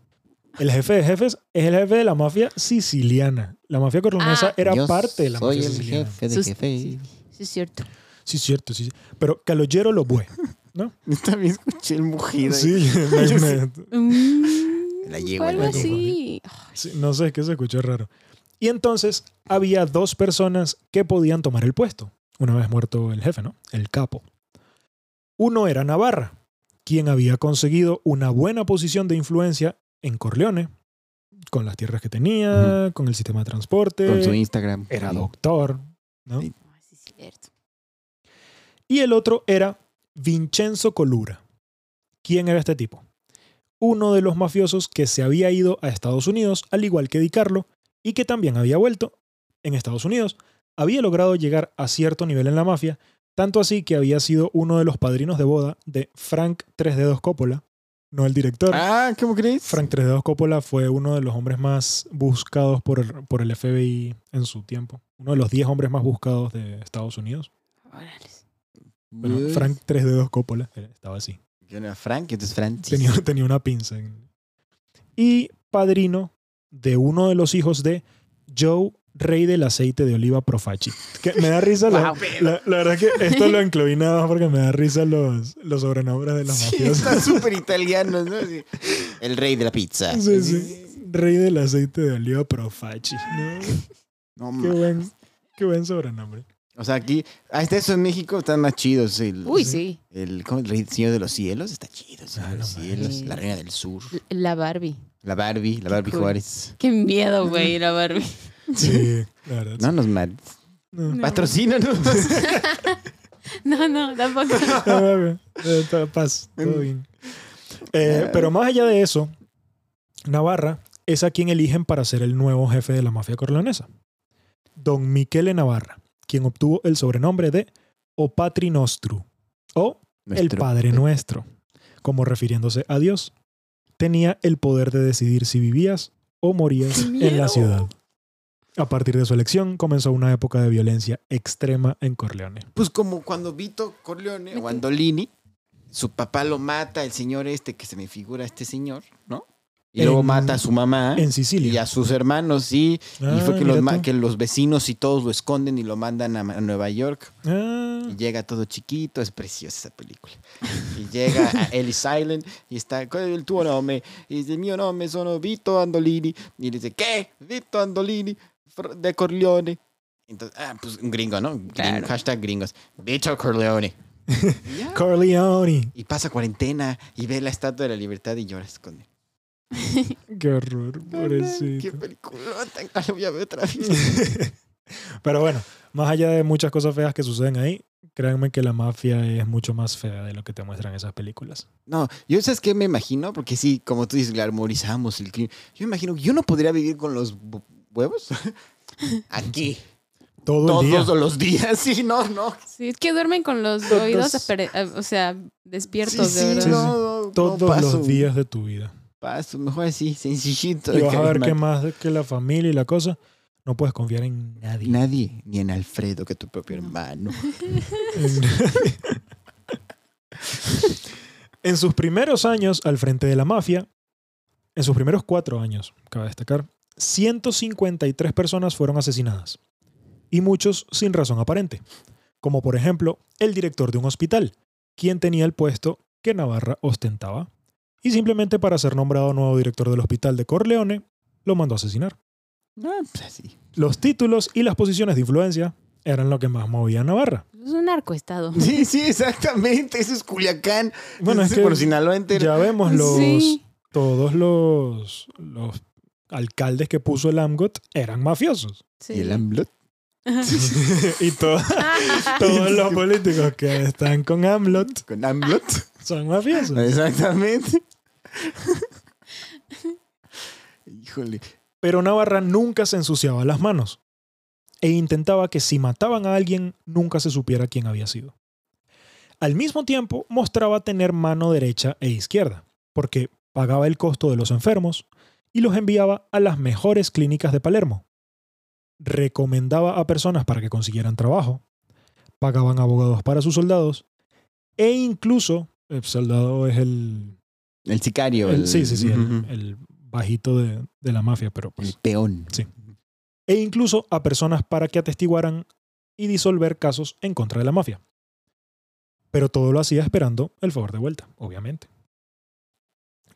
[SPEAKER 1] El jefe de jefes es el jefe de la mafia siciliana. La mafia corleonesa
[SPEAKER 2] Ah.
[SPEAKER 1] era
[SPEAKER 3] Yo
[SPEAKER 1] parte de la
[SPEAKER 3] Soy
[SPEAKER 1] mafia
[SPEAKER 3] el
[SPEAKER 1] siciliana.
[SPEAKER 3] jefe de
[SPEAKER 2] Sus-
[SPEAKER 3] jefe.
[SPEAKER 2] Sí, es cierto.
[SPEAKER 1] Sí, cierto, sí. sí. Pero Calogero lo fue.
[SPEAKER 3] También escuché el mugido.
[SPEAKER 1] Sí, me- me-
[SPEAKER 2] Mm,
[SPEAKER 3] La yegua,
[SPEAKER 2] fue algo
[SPEAKER 1] la yegua.
[SPEAKER 2] así.
[SPEAKER 1] sí, no sé, es que se escuchó raro. Y entonces había dos personas que podían tomar el puesto, una vez muerto el jefe, ¿no? El capo. Uno era Navarra, quien había conseguido una buena posición de influencia en Corleone, con las tierras que tenía, con el sistema de transporte,
[SPEAKER 3] Con su Instagram.
[SPEAKER 1] Eh, era doctor, ¿no?
[SPEAKER 3] Sí.
[SPEAKER 2] Ay, Ah, sí, es cierto.
[SPEAKER 1] Y el otro era Vincenzo Colura. ¿Quién era este tipo? Uno de los mafiosos que se había ido a Estados Unidos, al igual que Di Carlo, y que también había vuelto en Estados Unidos. Había logrado llegar a cierto nivel en la mafia, tanto así que había sido uno de los padrinos de boda de Frank Tres Dedos Coppola, no el director.
[SPEAKER 3] Ah, ¿cómo crees?
[SPEAKER 1] Frank Tres Dedos Coppola fue uno de los hombres más buscados por el, por el FBI en su tiempo. Uno de los 10 hombres más buscados de Estados Unidos.
[SPEAKER 2] Órale.
[SPEAKER 1] Bueno,
[SPEAKER 3] Uy.
[SPEAKER 1] Frank Tres Dedos Coppola era- estaba así.
[SPEAKER 3] Mm. Yo no era Frank, entonces Francis.
[SPEAKER 1] Tenía, tenía una pinza. en- Y padrino de uno de los hijos de Joe, rey del aceite de oliva Profaci. Que me da risa la,
[SPEAKER 3] Wow.
[SPEAKER 1] la, la verdad que esto lo incluí nada más porque me da risa los, los sobrenombres de los
[SPEAKER 3] Sí,
[SPEAKER 1] mafiosos.
[SPEAKER 3] está súper italiano, ¿no? Así, El rey de la pizza.
[SPEAKER 1] Sí, sí. Rey del aceite de oliva Profaci. ¿no?
[SPEAKER 3] No,
[SPEAKER 1] Qué,
[SPEAKER 3] ma-
[SPEAKER 1] buen, qué buen sobrenombre.
[SPEAKER 3] o sea, aquí, hasta eso en México están más chidos. El,
[SPEAKER 2] Uy, sí.
[SPEAKER 3] El, ¿cómo? El rey señor de los cielos está chido. el Señor
[SPEAKER 1] Ah,
[SPEAKER 3] de los
[SPEAKER 1] no
[SPEAKER 3] cielos.
[SPEAKER 2] mames.
[SPEAKER 3] La reina del sur.
[SPEAKER 2] La Barbie.
[SPEAKER 3] La Barbie, la Barbie
[SPEAKER 2] cool.
[SPEAKER 3] Juárez.
[SPEAKER 2] Qué miedo, güey, la Barbie.
[SPEAKER 1] Sí, la verdad.
[SPEAKER 3] No
[SPEAKER 1] sí.
[SPEAKER 3] nos mal.
[SPEAKER 1] No.
[SPEAKER 2] No.
[SPEAKER 3] Patrocínanos.
[SPEAKER 2] No, no, tampoco.
[SPEAKER 1] Ah, bebé. Eh, todo- Paz, todo bien. Eh, pero más allá de eso, Navarra es a quien eligen para ser el nuevo jefe de la mafia corleonesa. Don Michele Navarra, quien obtuvo el sobrenombre de O Patri Nostru, o el
[SPEAKER 3] Nuestro-
[SPEAKER 1] Padre Nuestro, como refiriéndose a Dios. Tenía el poder de decidir si vivías o morías
[SPEAKER 2] ¡Qué
[SPEAKER 1] en la
[SPEAKER 2] miedo!
[SPEAKER 1] ciudad. A partir de su elección comenzó una época de violencia extrema en Corleone.
[SPEAKER 3] Pues como cuando Vito Corleone o Andolini, su papá lo mata, el señor este que se me figura este señor, ¿no? Y luego
[SPEAKER 1] En-
[SPEAKER 3] mata a su mamá
[SPEAKER 1] En
[SPEAKER 3] y
[SPEAKER 1] Sicilia.
[SPEAKER 3] a sus hermanos, y, y fue
[SPEAKER 1] Ah,
[SPEAKER 3] que los,
[SPEAKER 1] mira
[SPEAKER 3] ma-
[SPEAKER 1] tú.
[SPEAKER 3] que los vecinos y todos lo esconden y lo mandan a, Ma- a Nueva York.
[SPEAKER 1] Ah,
[SPEAKER 3] Y llega todo chiquito, es preciosa esa película. Y llega a Ellis Island y está, ¿cuál es tu nombre? Y dice, mi nombre sono Vito Andolini. Y dice, ¿qué? Vito Andolini fr- de Corleone. Entonces, ah, pues un gringo, ¿no? Gringo,
[SPEAKER 2] Claro.
[SPEAKER 3] Hashtag gringos. Vito Corleone. Y ya.
[SPEAKER 1] Corleone.
[SPEAKER 3] Y pasa cuarentena y ve la estatua de la libertad y lloras con él.
[SPEAKER 1] Qué horror,
[SPEAKER 3] Qué
[SPEAKER 1] pobrecito.
[SPEAKER 3] película tan la voy a ver otra vez.
[SPEAKER 1] Pero bueno, más allá de muchas cosas feas que suceden ahí, créanme que la mafia es mucho más fea de lo que te muestran esas películas.
[SPEAKER 3] No, yo sabes qué me imagino, porque sí, como tú dices, glamorizamos el crimen. Yo me imagino que yo no podría vivir con los bu- huevos aquí
[SPEAKER 1] Todo el día.
[SPEAKER 3] todos los días. Sí, no, no.
[SPEAKER 2] Sí, es que duermen con los
[SPEAKER 1] Todos-
[SPEAKER 2] oídos, apare- eh, o sea, despiertos,
[SPEAKER 3] sí,
[SPEAKER 2] de
[SPEAKER 3] sí,
[SPEAKER 2] verdad.
[SPEAKER 1] Sí,
[SPEAKER 3] no, no, no,
[SPEAKER 1] Todos
[SPEAKER 3] paso,
[SPEAKER 1] los días de tu vida.
[SPEAKER 3] Paso, mejor así, sencillito.
[SPEAKER 1] Y vas a ver
[SPEAKER 3] Calma.
[SPEAKER 1] que más de que la familia y la cosa, no puedes confiar en nadie.
[SPEAKER 3] Nadie, ni en Alfredo, que tu propio
[SPEAKER 2] No.
[SPEAKER 3] hermano.
[SPEAKER 1] En- en sus primeros años al frente de la mafia, en sus primeros cuatro años, cabe destacar, 153 personas fueron asesinadas. Y muchos sin razón aparente. Como por ejemplo, el director de un hospital, quien tenía el puesto que Navarra ostentaba. Y simplemente para ser nombrado nuevo director del hospital de Corleone, lo mandó a asesinar.
[SPEAKER 3] No, pues así.
[SPEAKER 1] Los títulos y las posiciones de influencia eran lo que más movía a Navarra.
[SPEAKER 2] Es un narcoestado.
[SPEAKER 3] Sí, sí, exactamente. Eso es Culiacán.
[SPEAKER 1] Bueno, es
[SPEAKER 3] Ese
[SPEAKER 1] que
[SPEAKER 3] por Sinaloa entero.
[SPEAKER 1] Ya vemos los,
[SPEAKER 2] Sí.
[SPEAKER 1] todos los, los alcaldes que puso el AMGOT eran mafiosos.
[SPEAKER 2] Sí.
[SPEAKER 3] Y el AMLO.
[SPEAKER 1] y to- todos los políticos que están con AMLOT
[SPEAKER 3] Con AMLO.
[SPEAKER 1] son mafiosos.
[SPEAKER 3] Exactamente. Híjole.
[SPEAKER 1] Pero Navarra nunca se ensuciaba las manos e intentaba que si mataban a alguien nunca se supiera quién había sido. Al mismo tiempo mostraba tener mano derecha e izquierda, porque pagaba el costo de los enfermos y los enviaba a las mejores clínicas de Palermo. Recomendaba a personas para que consiguieran trabajo, pagaban abogados para sus soldados e incluso el soldado es el...
[SPEAKER 3] El sicario.
[SPEAKER 1] el- sí, sí, sí, el-
[SPEAKER 3] Ujú.
[SPEAKER 1] el, bajito de, de la mafia, pero pues...
[SPEAKER 3] El peón.
[SPEAKER 1] Sí. e incluso a personas para que atestiguaran y disolver casos en contra de la mafia. Pero todo lo hacía esperando el favor de vuelta, obviamente.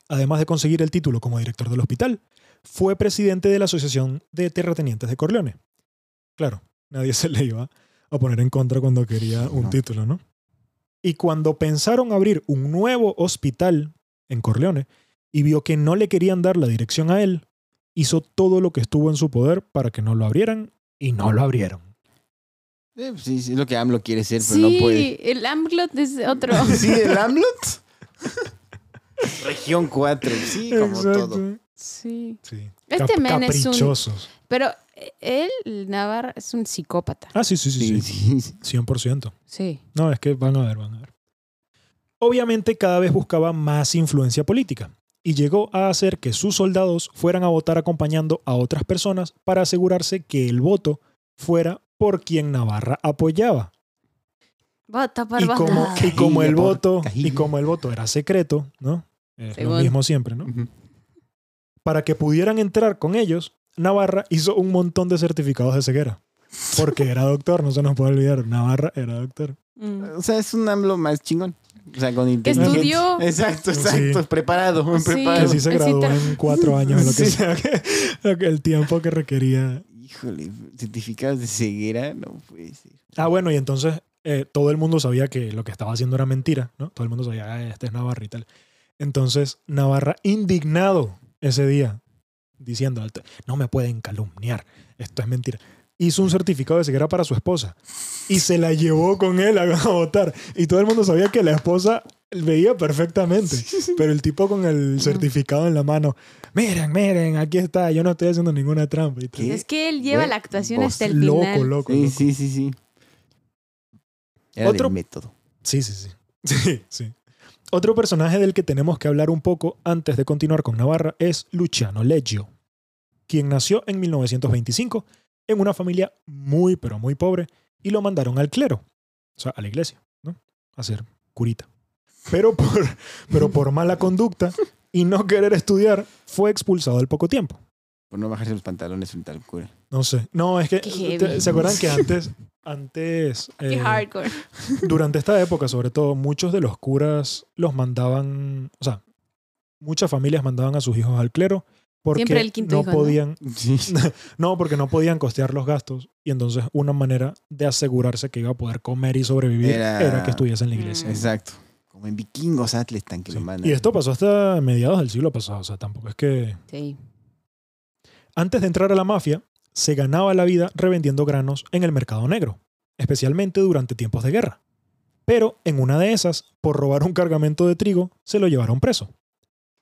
[SPEAKER 1] Además de conseguir el título como director del hospital, fue presidente de la Asociación de Terratenientes de Corleone. Claro, nadie se le iba a poner en contra cuando quería un
[SPEAKER 3] No.
[SPEAKER 1] título, ¿no? Y cuando pensaron abrir un nuevo hospital en Corleone y vio que no le querían dar la dirección a él, hizo todo lo que estuvo en su poder para que no lo abrieran y no lo abrieron.
[SPEAKER 3] Eh, pues sí, sí, es lo que AMLO quiere ser, pero
[SPEAKER 2] Sí,
[SPEAKER 3] pues, no puede.
[SPEAKER 2] el AMLO es otro.
[SPEAKER 3] Sí, el AMLO. Región 4. Sí, como todo.
[SPEAKER 2] Sí.
[SPEAKER 1] Sí.
[SPEAKER 2] Este
[SPEAKER 1] Cap-
[SPEAKER 2] men es un-
[SPEAKER 1] caprichosos.
[SPEAKER 2] Pero eh, él, Navarra, es un psicópata.
[SPEAKER 1] Ah, sí, sí, sí,
[SPEAKER 3] Sí,
[SPEAKER 1] sí.
[SPEAKER 3] sí, sí.
[SPEAKER 1] 100%.
[SPEAKER 2] Sí.
[SPEAKER 1] No, es que van a ver, van a ver. Obviamente cada vez buscaba más influencia política y llegó a hacer que sus soldados fueran a votar acompañando a otras personas para asegurarse que el voto fuera por quien Navarra apoyaba.
[SPEAKER 2] Bota por Ah.
[SPEAKER 1] y
[SPEAKER 2] bota.
[SPEAKER 1] como, y
[SPEAKER 3] Cajilla
[SPEAKER 1] como el
[SPEAKER 3] por
[SPEAKER 1] voto y
[SPEAKER 3] cajilla.
[SPEAKER 1] como el voto era secreto, ¿no? Es lo
[SPEAKER 2] Según.
[SPEAKER 1] mismo siempre, ¿no?
[SPEAKER 3] Ujú.
[SPEAKER 1] Para que pudieran entrar con ellos, Navarra hizo un montón de certificados de ceguera. Porque era doctor, no se nos puede olvidar. Navarra era doctor.
[SPEAKER 2] Mm.
[SPEAKER 3] O sea, es un AMLO más chingón. O sea, con
[SPEAKER 2] Que
[SPEAKER 3] inteligencia.
[SPEAKER 2] estudió.
[SPEAKER 3] Exacto,
[SPEAKER 1] Sí.
[SPEAKER 3] exacto. Preparado,
[SPEAKER 1] Que
[SPEAKER 2] Sí.
[SPEAKER 3] preparado.
[SPEAKER 1] sí se
[SPEAKER 2] Él sí
[SPEAKER 1] graduó
[SPEAKER 2] tra-
[SPEAKER 1] en cuatro años, lo que
[SPEAKER 3] Ah, Sí.
[SPEAKER 1] sea, que- lo que- el tiempo que requería.
[SPEAKER 3] Híjole, certificados de ceguera, no puede ser.
[SPEAKER 1] Ah, bueno, y entonces eh, todo el mundo sabía que lo que estaba haciendo era mentira, ¿no? Todo el mundo sabía, "Ah, este es Navarra y tal. Entonces, Navarra, indignado ese día, diciendo, no me pueden calumniar, esto es mentira. Hizo un certificado de ceguera para su esposa y se la llevó con él a a votar. Y todo el mundo sabía que la esposa veía perfectamente, pero el tipo con el certificado en la mano, miren, miren, aquí está, yo no estoy haciendo ninguna trampa. Y tal.
[SPEAKER 3] ¿Qué?
[SPEAKER 2] Es que él lleva
[SPEAKER 3] Güey,
[SPEAKER 2] la actuación
[SPEAKER 3] vos
[SPEAKER 2] hasta el
[SPEAKER 1] Pues, Loco,
[SPEAKER 2] final.
[SPEAKER 1] loco,
[SPEAKER 3] Sí,
[SPEAKER 1] loco.
[SPEAKER 3] sí, sí, sí. Era
[SPEAKER 1] Otro-
[SPEAKER 3] del método.
[SPEAKER 1] Sí, sí, sí. Sí, sí. Otro personaje del que tenemos que hablar un poco antes de continuar con Navarra es Luciano Leggio, quien nació en 1925 en una familia muy, pero muy pobre y lo mandaron al clero, o sea, a la iglesia, ¿no? A ser curita. Pero por, pero por mala conducta y no querer estudiar, fue expulsado al poco tiempo.
[SPEAKER 3] Por no bajarse los pantalones frente al cura.
[SPEAKER 1] No sé. No, es que.
[SPEAKER 2] Qué heavy.
[SPEAKER 1] ¿te- ¿Se acuerdan que antes. Antes.
[SPEAKER 2] Qué
[SPEAKER 1] eh,
[SPEAKER 2] hardcore.
[SPEAKER 1] durante esta época, sobre todo, muchos de los curas los mandaban, o sea, muchas familias mandaban a sus hijos al clero porque
[SPEAKER 2] Siempre el quinto
[SPEAKER 1] no
[SPEAKER 2] hijo, ¿no?
[SPEAKER 1] podían,
[SPEAKER 3] Sí.
[SPEAKER 1] ¿no? porque no podían costear los gastos y entonces una manera de asegurarse que iba a poder comer y sobrevivir era,
[SPEAKER 3] Era-
[SPEAKER 1] que estuviese en la iglesia.
[SPEAKER 2] Mm.
[SPEAKER 3] Exacto. Como en vikingos Atlestan que
[SPEAKER 1] Sí.
[SPEAKER 3] lo mandan.
[SPEAKER 1] Y esto pasó hasta mediados del siglo pasado, o sea, tampoco es que
[SPEAKER 2] Sí.
[SPEAKER 1] Antes de entrar a la mafia, se ganaba la vida revendiendo granos en el mercado negro, especialmente durante tiempos de guerra. Pero en una de esas, por robar un cargamento de trigo, se lo llevaron preso.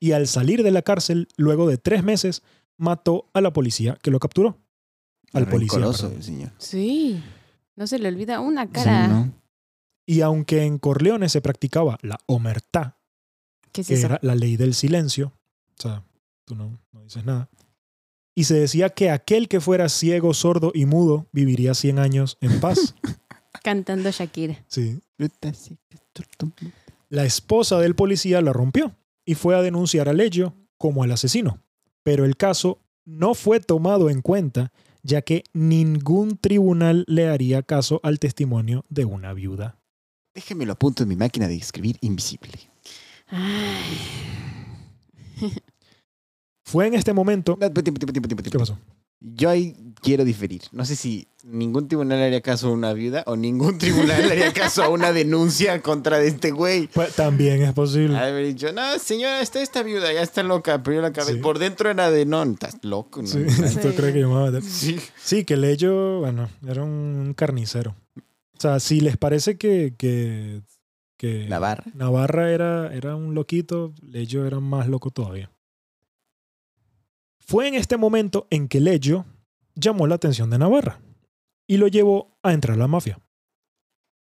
[SPEAKER 1] Y al salir de la cárcel, luego de tres meses, mató a la policía que lo capturó. Al policía.
[SPEAKER 3] Rencoroso,
[SPEAKER 1] perdón.
[SPEAKER 3] el señor.
[SPEAKER 2] Sí. No se le olvida una cara.
[SPEAKER 3] Sí, ¿no?
[SPEAKER 1] Y aunque en Corleone se practicaba la omertá,
[SPEAKER 2] ¿Qué es
[SPEAKER 1] que
[SPEAKER 2] eso?
[SPEAKER 1] era la ley del silencio, o sea, tú no, no dices nada, y se decía que aquel que fuera ciego, sordo y mudo viviría 100 años en paz.
[SPEAKER 2] Cantando Shakira.
[SPEAKER 1] sí.
[SPEAKER 3] Fruta seca, tortuga.
[SPEAKER 1] La esposa del policía la rompió y fue a denunciar a Leggio como al asesino. Pero el caso no fue tomado en cuenta, ya que ningún tribunal le haría caso al testimonio de una viuda.
[SPEAKER 3] Déjeme lo apunto en mi máquina de escribir invisible.
[SPEAKER 2] Ay.
[SPEAKER 1] Fue en este momento.
[SPEAKER 3] No, tiempo, tiempo, tiempo, tiempo, tiempo.
[SPEAKER 1] ¿Qué pasó?
[SPEAKER 3] Yo ahí quiero diferir. No sé si Ningún tribunal haría caso a una viuda o ningún tribunal haría caso a una denuncia contra de este güey.
[SPEAKER 1] Pues, también es
[SPEAKER 3] Ha
[SPEAKER 1] posible.
[SPEAKER 3] de haber dicho, no, señora, está esta viuda, ya está loca, pero yo la cabeza.
[SPEAKER 1] Sí.
[SPEAKER 3] Por dentro era de, no, estás loco, ¿no?
[SPEAKER 1] Sí,
[SPEAKER 2] Sí.
[SPEAKER 1] ¿Tú crees que yo me voy a meter?
[SPEAKER 3] Sí.
[SPEAKER 1] Sí, que Leyo, bueno, era un carnicero. O sea, si les parece que, que, que
[SPEAKER 3] Navarra.
[SPEAKER 1] Navarra era, era un loquito, Leyo era más loco todavía. Fue en este momento en que Leyo llamó la atención de Navarra y lo llevó a entrar a la mafia.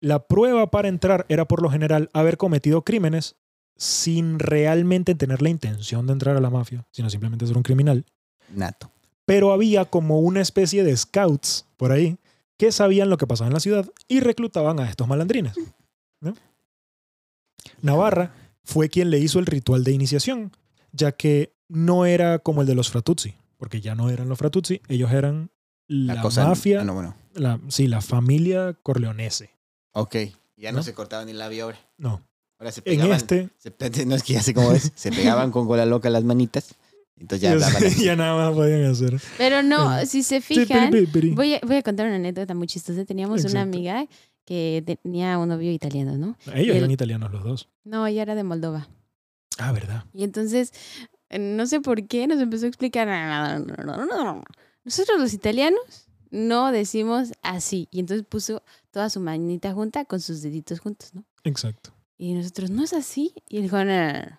[SPEAKER 1] La prueba para entrar era por lo general haber cometido crímenes sin realmente tener la intención de entrar a la mafia, sino simplemente ser un criminal
[SPEAKER 3] Nato.
[SPEAKER 1] pero había como una especie de scouts por ahí que sabían lo que pasaba en la ciudad y reclutaban a estos malandrines. ¿no? Navarra fue quien le hizo el ritual de iniciación, ya que no era como el de los Fratuzzi, porque ya no eran los Fratuzzi, ellos eran la, mafia,
[SPEAKER 3] Ah, no, bueno.
[SPEAKER 1] la- sí, la familia corleonese.
[SPEAKER 3] Ok. Ya no,
[SPEAKER 1] ¿No?
[SPEAKER 3] se cortaban el labio ahora.
[SPEAKER 1] No,
[SPEAKER 3] Ahora se
[SPEAKER 1] en
[SPEAKER 3] pegaban.
[SPEAKER 1] este
[SPEAKER 3] se pe- no es que ya sé cómo es. Se pegaban con cola loca las manitas. Entonces ya
[SPEAKER 1] ya,
[SPEAKER 3] hablaban así.
[SPEAKER 1] ya nada más podían hacer.
[SPEAKER 2] Pero no,
[SPEAKER 1] Eh,
[SPEAKER 2] si se
[SPEAKER 1] Sí,
[SPEAKER 2] fijan,
[SPEAKER 1] piri, piri, piri.
[SPEAKER 2] voy a, voy a contar una anécdota muy chistosa. Teníamos una
[SPEAKER 1] Exacto.
[SPEAKER 2] amiga que tenía un novio italiano, ¿no?
[SPEAKER 1] Ellos
[SPEAKER 2] el-
[SPEAKER 1] eran italianos los dos.
[SPEAKER 2] No, ella era de Moldova.
[SPEAKER 1] Ah, verdad.
[SPEAKER 2] Y entonces, eh, no sé por qué, nos empezó a explicar. Nosotros los italianos no decimos así. Y entonces puso toda su manita junta con sus deditos juntos, ¿no?
[SPEAKER 1] Exacto.
[SPEAKER 2] Y nosotros, no es así. Y él dijo, no, no, no, no.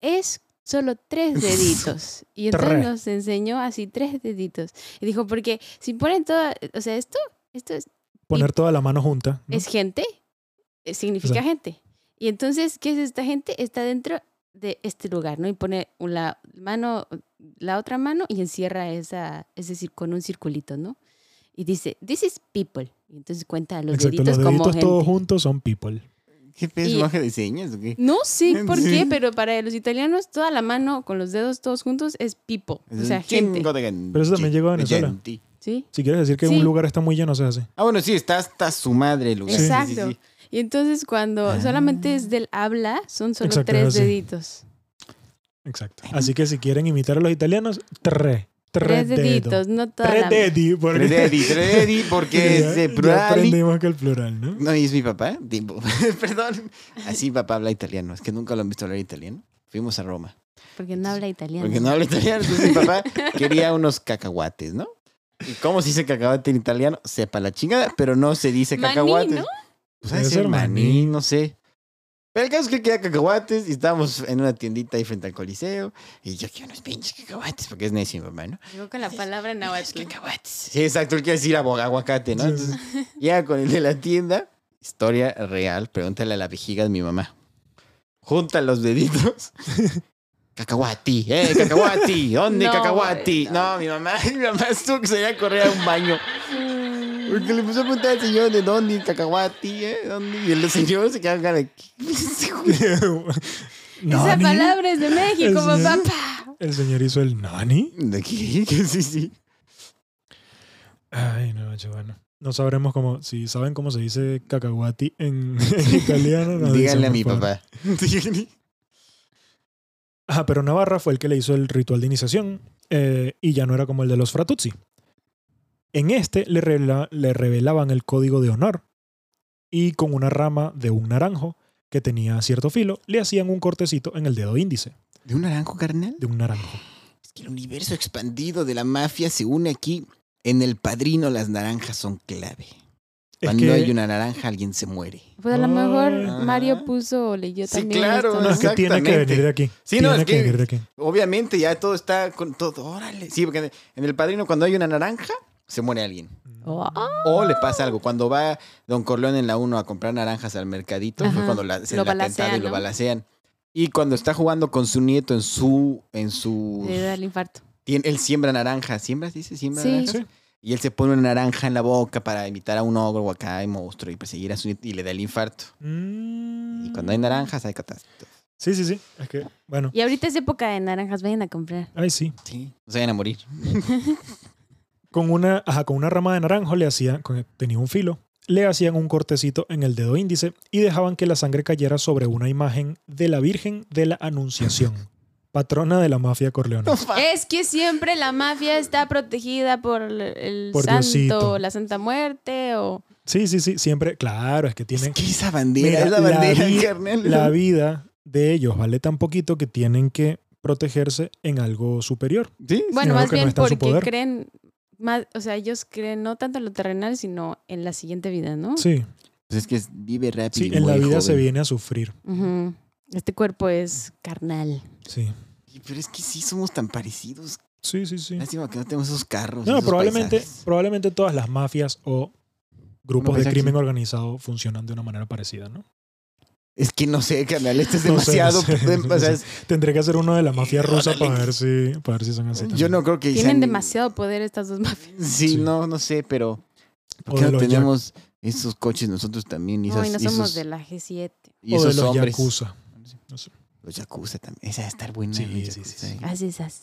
[SPEAKER 2] Es solo tres deditos. Y entonces
[SPEAKER 1] Tres.
[SPEAKER 2] nos enseñó así tres deditos. Y dijo, porque si ponen todo, o sea, esto, esto es,
[SPEAKER 1] Poner toda la mano junta. ¿no?
[SPEAKER 2] es gente, eh, significa
[SPEAKER 1] Exacto.
[SPEAKER 2] gente. Y entonces, ¿qué es esta gente? Está dentro de este lugar, ¿no? Y pone la mano, la otra mano y encierra esa, ese cir- con un circulito, ¿no? Y dice, this is people. Y entonces cuenta los
[SPEAKER 1] Exacto,
[SPEAKER 2] deditos
[SPEAKER 1] los
[SPEAKER 2] como
[SPEAKER 1] deditos
[SPEAKER 2] gente.
[SPEAKER 1] todos juntos son people.
[SPEAKER 3] ¿Qué pedo
[SPEAKER 2] Y-
[SPEAKER 3] es magia de señas o qué?
[SPEAKER 2] No sé por
[SPEAKER 3] Sí.
[SPEAKER 2] qué, pero para los italianos toda la mano con los dedos todos juntos es pipo,
[SPEAKER 3] Es
[SPEAKER 2] o
[SPEAKER 3] un
[SPEAKER 2] sea, gente,
[SPEAKER 3] chingo de gente.
[SPEAKER 1] Pero eso también llegó a
[SPEAKER 3] De
[SPEAKER 1] Venezuela.
[SPEAKER 3] gente.
[SPEAKER 2] ¿sí?
[SPEAKER 1] Si quieres decir que
[SPEAKER 2] Sí.
[SPEAKER 1] un lugar está muy lleno, se hace.
[SPEAKER 3] Ah, bueno, sí, está hasta su madre el lugar. Sí, sí,
[SPEAKER 2] Exacto.
[SPEAKER 3] sí.
[SPEAKER 2] Y entonces cuando
[SPEAKER 3] Ah.
[SPEAKER 2] solamente es del habla, son solo
[SPEAKER 1] Exacto,
[SPEAKER 2] tres
[SPEAKER 1] así.
[SPEAKER 2] deditos.
[SPEAKER 1] Exacto. Así que si quieren imitar a los italianos, tres. Tres
[SPEAKER 2] Tres
[SPEAKER 1] deditos.
[SPEAKER 2] deditos, no toda
[SPEAKER 1] Tres
[SPEAKER 2] la
[SPEAKER 1] dedi, porque-
[SPEAKER 3] Tredi, tredi, porque
[SPEAKER 1] Ya-
[SPEAKER 3] es de
[SPEAKER 1] ya
[SPEAKER 3] plural. y-
[SPEAKER 1] aprendimos que el plural, ¿no?
[SPEAKER 3] No, y es mi papá. tipo, Perdón. Así papá habla italiano. Es que nunca lo han visto hablar italiano. Fuimos a Roma.
[SPEAKER 2] porque no habla italiano.
[SPEAKER 3] Porque no habla italiano. Entonces mi papá quería unos cacahuates, ¿no? ¿Y cómo se dice cacahuate en italiano? Sepa la chingada, pero no se dice
[SPEAKER 2] Maní,
[SPEAKER 3] cacahuates.
[SPEAKER 2] ¿no?
[SPEAKER 3] Pues
[SPEAKER 1] Debe
[SPEAKER 3] debe ser
[SPEAKER 1] ser
[SPEAKER 3] maní,
[SPEAKER 1] maní.
[SPEAKER 3] no sé. Pero el caso es que queda cacahuates y estábamos en una tiendita ahí frente al coliseo. Y yo quiero unos pinches cacahuates porque es necio mi papá, ¿no?
[SPEAKER 2] Llegó con la palabra
[SPEAKER 3] Unos
[SPEAKER 2] náhuatl.
[SPEAKER 3] cacahuates. Sí, exacto, él quiere decir aboga- aguacate, ¿no?
[SPEAKER 1] Sí.
[SPEAKER 3] Entonces, ya con el de la tienda, historia real, pregúntale a la vejiga de mi mamá. Junta los deditos. Cacahuati, eh, cacahuati, ¿dónde
[SPEAKER 2] No,
[SPEAKER 3] cacahuati?
[SPEAKER 2] güey, no.
[SPEAKER 3] No, mi mamá, mi mamá estuvo que se iba a correr a un baño. Porque le puso a preguntar al señor de dónde el cacahuati, eh, dónde. Y el señor se queda con cara de, "¿Qué es este güey?".
[SPEAKER 2] Esa
[SPEAKER 1] ¿Nani?
[SPEAKER 2] palabra es de México,
[SPEAKER 1] Es-
[SPEAKER 2] papá. pa.
[SPEAKER 1] El señor hizo el nani.
[SPEAKER 3] ¿De qué? Que Sí, sí.
[SPEAKER 1] Ay, no, macho, bueno. No sabremos cómo, si saben cómo se dice cacahuati en, en italiano. nos dicen,
[SPEAKER 3] Díganle a
[SPEAKER 1] por
[SPEAKER 3] mi
[SPEAKER 1] favor.
[SPEAKER 3] papá. Díganle.
[SPEAKER 1] Ajá, pero Navarra fue el que le hizo el ritual de iniciación eh, y ya no era como el de los Fratuzzi. En este le, revela- le revelaban el código de honor y con una rama de un naranjo que tenía cierto filo le hacían un cortecito en el dedo índice
[SPEAKER 3] ¿De un naranjo, carnal?
[SPEAKER 1] de un naranjo.
[SPEAKER 3] Es que el universo expandido de la mafia se une aquí. En el padrino las naranjas son clave.
[SPEAKER 1] Es
[SPEAKER 3] Cuando
[SPEAKER 1] que-
[SPEAKER 3] hay una naranja, alguien se muere.
[SPEAKER 2] Pues a lo mejor
[SPEAKER 1] Ah.
[SPEAKER 2] Mario puso o leyó
[SPEAKER 3] Sí,
[SPEAKER 2] también
[SPEAKER 3] claro,
[SPEAKER 2] esto,
[SPEAKER 1] No, es que
[SPEAKER 2] ¿no?
[SPEAKER 1] tiene que
[SPEAKER 3] Exactamente.
[SPEAKER 1] venir de aquí.
[SPEAKER 3] Sí,
[SPEAKER 1] tiene
[SPEAKER 3] no, es
[SPEAKER 1] que,
[SPEAKER 3] que-
[SPEAKER 1] venir de aquí.
[SPEAKER 3] Obviamente ya todo está con todo. Órale. Sí, porque en el- en el padrino cuando hay una naranja, se muere alguien.
[SPEAKER 2] Oh,
[SPEAKER 3] O le pasa algo. Cuando va Don Corleón en la 1 a comprar naranjas al mercadito,
[SPEAKER 2] Ajá.
[SPEAKER 3] fue cuando la, se
[SPEAKER 2] Lo
[SPEAKER 3] la atentado
[SPEAKER 2] balacean,
[SPEAKER 3] y lo
[SPEAKER 2] ¿no?
[SPEAKER 3] balacean. Y cuando está jugando con su nieto en su... En su
[SPEAKER 2] le da el infarto.
[SPEAKER 3] tien- él siembra naranjas. ¿Siembras? Dice, siembra
[SPEAKER 2] Ah. Sí.
[SPEAKER 3] naranjas.
[SPEAKER 1] Sí.
[SPEAKER 3] Y él se pone una naranja en la boca para imitar a un ogro o acá, un monstruo, y perseguir a su nieto, y le da el infarto.
[SPEAKER 1] Mm.
[SPEAKER 3] Y cuando hay naranjas, hay catástrofes.
[SPEAKER 1] Sí, sí, sí. Es que, bueno.
[SPEAKER 2] Y ahorita es época de naranjas, vayan a comprar.
[SPEAKER 1] Ay, sí.
[SPEAKER 3] Sí. No se vayan a morir.
[SPEAKER 1] Con una, ajá, con una rama de naranjo le hacían, con- tenía un filo, le hacían un cortecito en el dedo índice y dejaban que la sangre cayera sobre una imagen de la Virgen de la Anunciación Patrona de la mafia Corleone.
[SPEAKER 2] Es que siempre la mafia está protegida por el- el
[SPEAKER 1] Por
[SPEAKER 2] santo,
[SPEAKER 1] Diosito.
[SPEAKER 2] la santa muerte o...
[SPEAKER 1] Sí, sí, sí, siempre. Claro, es que
[SPEAKER 3] Es
[SPEAKER 1] tienen.
[SPEAKER 3] que esa bandera
[SPEAKER 1] Mira,
[SPEAKER 3] es la
[SPEAKER 1] la
[SPEAKER 3] bandera,
[SPEAKER 1] vi-
[SPEAKER 3] carnal.
[SPEAKER 1] La vida de ellos vale tan poquito que tienen que protegerse en algo superior.
[SPEAKER 3] Sí,
[SPEAKER 1] algo
[SPEAKER 2] Bueno, más
[SPEAKER 1] que no
[SPEAKER 2] bien
[SPEAKER 1] está en su
[SPEAKER 2] porque
[SPEAKER 1] poder.
[SPEAKER 2] creen, más, o sea, ellos creen no tanto en lo terrenal, sino en la siguiente vida, ¿no?
[SPEAKER 1] Sí,
[SPEAKER 3] Pues es que es- vive rápido.
[SPEAKER 1] sí,
[SPEAKER 3] y
[SPEAKER 1] en la
[SPEAKER 3] muy
[SPEAKER 1] vida se
[SPEAKER 3] joven.
[SPEAKER 1] viene a sufrir.
[SPEAKER 2] Ujú. Este cuerpo es carnal.
[SPEAKER 1] Sí,
[SPEAKER 3] Y- Pero es que sí somos tan parecidos.
[SPEAKER 1] sí, sí, sí.
[SPEAKER 3] Lástima que no tenemos esos carros.
[SPEAKER 1] No,
[SPEAKER 3] esos
[SPEAKER 1] probablemente,
[SPEAKER 3] paisajes.
[SPEAKER 1] probablemente todas las mafias o grupos
[SPEAKER 3] Bueno,
[SPEAKER 1] de
[SPEAKER 3] paisajes.
[SPEAKER 1] crimen organizado funcionan de una manera parecida, ¿no?
[SPEAKER 3] Es que no sé, carnal. Este es
[SPEAKER 1] No sé, no
[SPEAKER 3] demasiado.
[SPEAKER 1] sé,
[SPEAKER 3] dem-
[SPEAKER 1] no
[SPEAKER 3] o sea,
[SPEAKER 1] sé.
[SPEAKER 3] es-
[SPEAKER 1] Tendré que hacer uno de la mafia rusa
[SPEAKER 3] Órale.
[SPEAKER 1] para ver si, para ver si son así.
[SPEAKER 3] yo
[SPEAKER 1] también.
[SPEAKER 3] no creo que.
[SPEAKER 2] Tienen
[SPEAKER 3] sean-
[SPEAKER 2] demasiado poder estas dos mafias.
[SPEAKER 3] Sí,
[SPEAKER 1] Sí.
[SPEAKER 3] no, no sé, pero.
[SPEAKER 1] O
[SPEAKER 3] ¿Por qué
[SPEAKER 1] de
[SPEAKER 3] no
[SPEAKER 1] los
[SPEAKER 3] tenemos esos coches nosotros también? Y
[SPEAKER 2] No,
[SPEAKER 3] esos,
[SPEAKER 2] y no
[SPEAKER 3] y
[SPEAKER 2] somos
[SPEAKER 3] esos-
[SPEAKER 2] de la G7.
[SPEAKER 3] y
[SPEAKER 1] o de
[SPEAKER 3] esos
[SPEAKER 1] los
[SPEAKER 3] hombres.
[SPEAKER 1] yakuza.
[SPEAKER 3] Los yakuza también. Esa va a estar buena.
[SPEAKER 1] Sí,
[SPEAKER 3] los
[SPEAKER 1] sí,
[SPEAKER 3] yakuza,
[SPEAKER 1] sí, sí.
[SPEAKER 3] ¿eh?
[SPEAKER 2] Haz esas.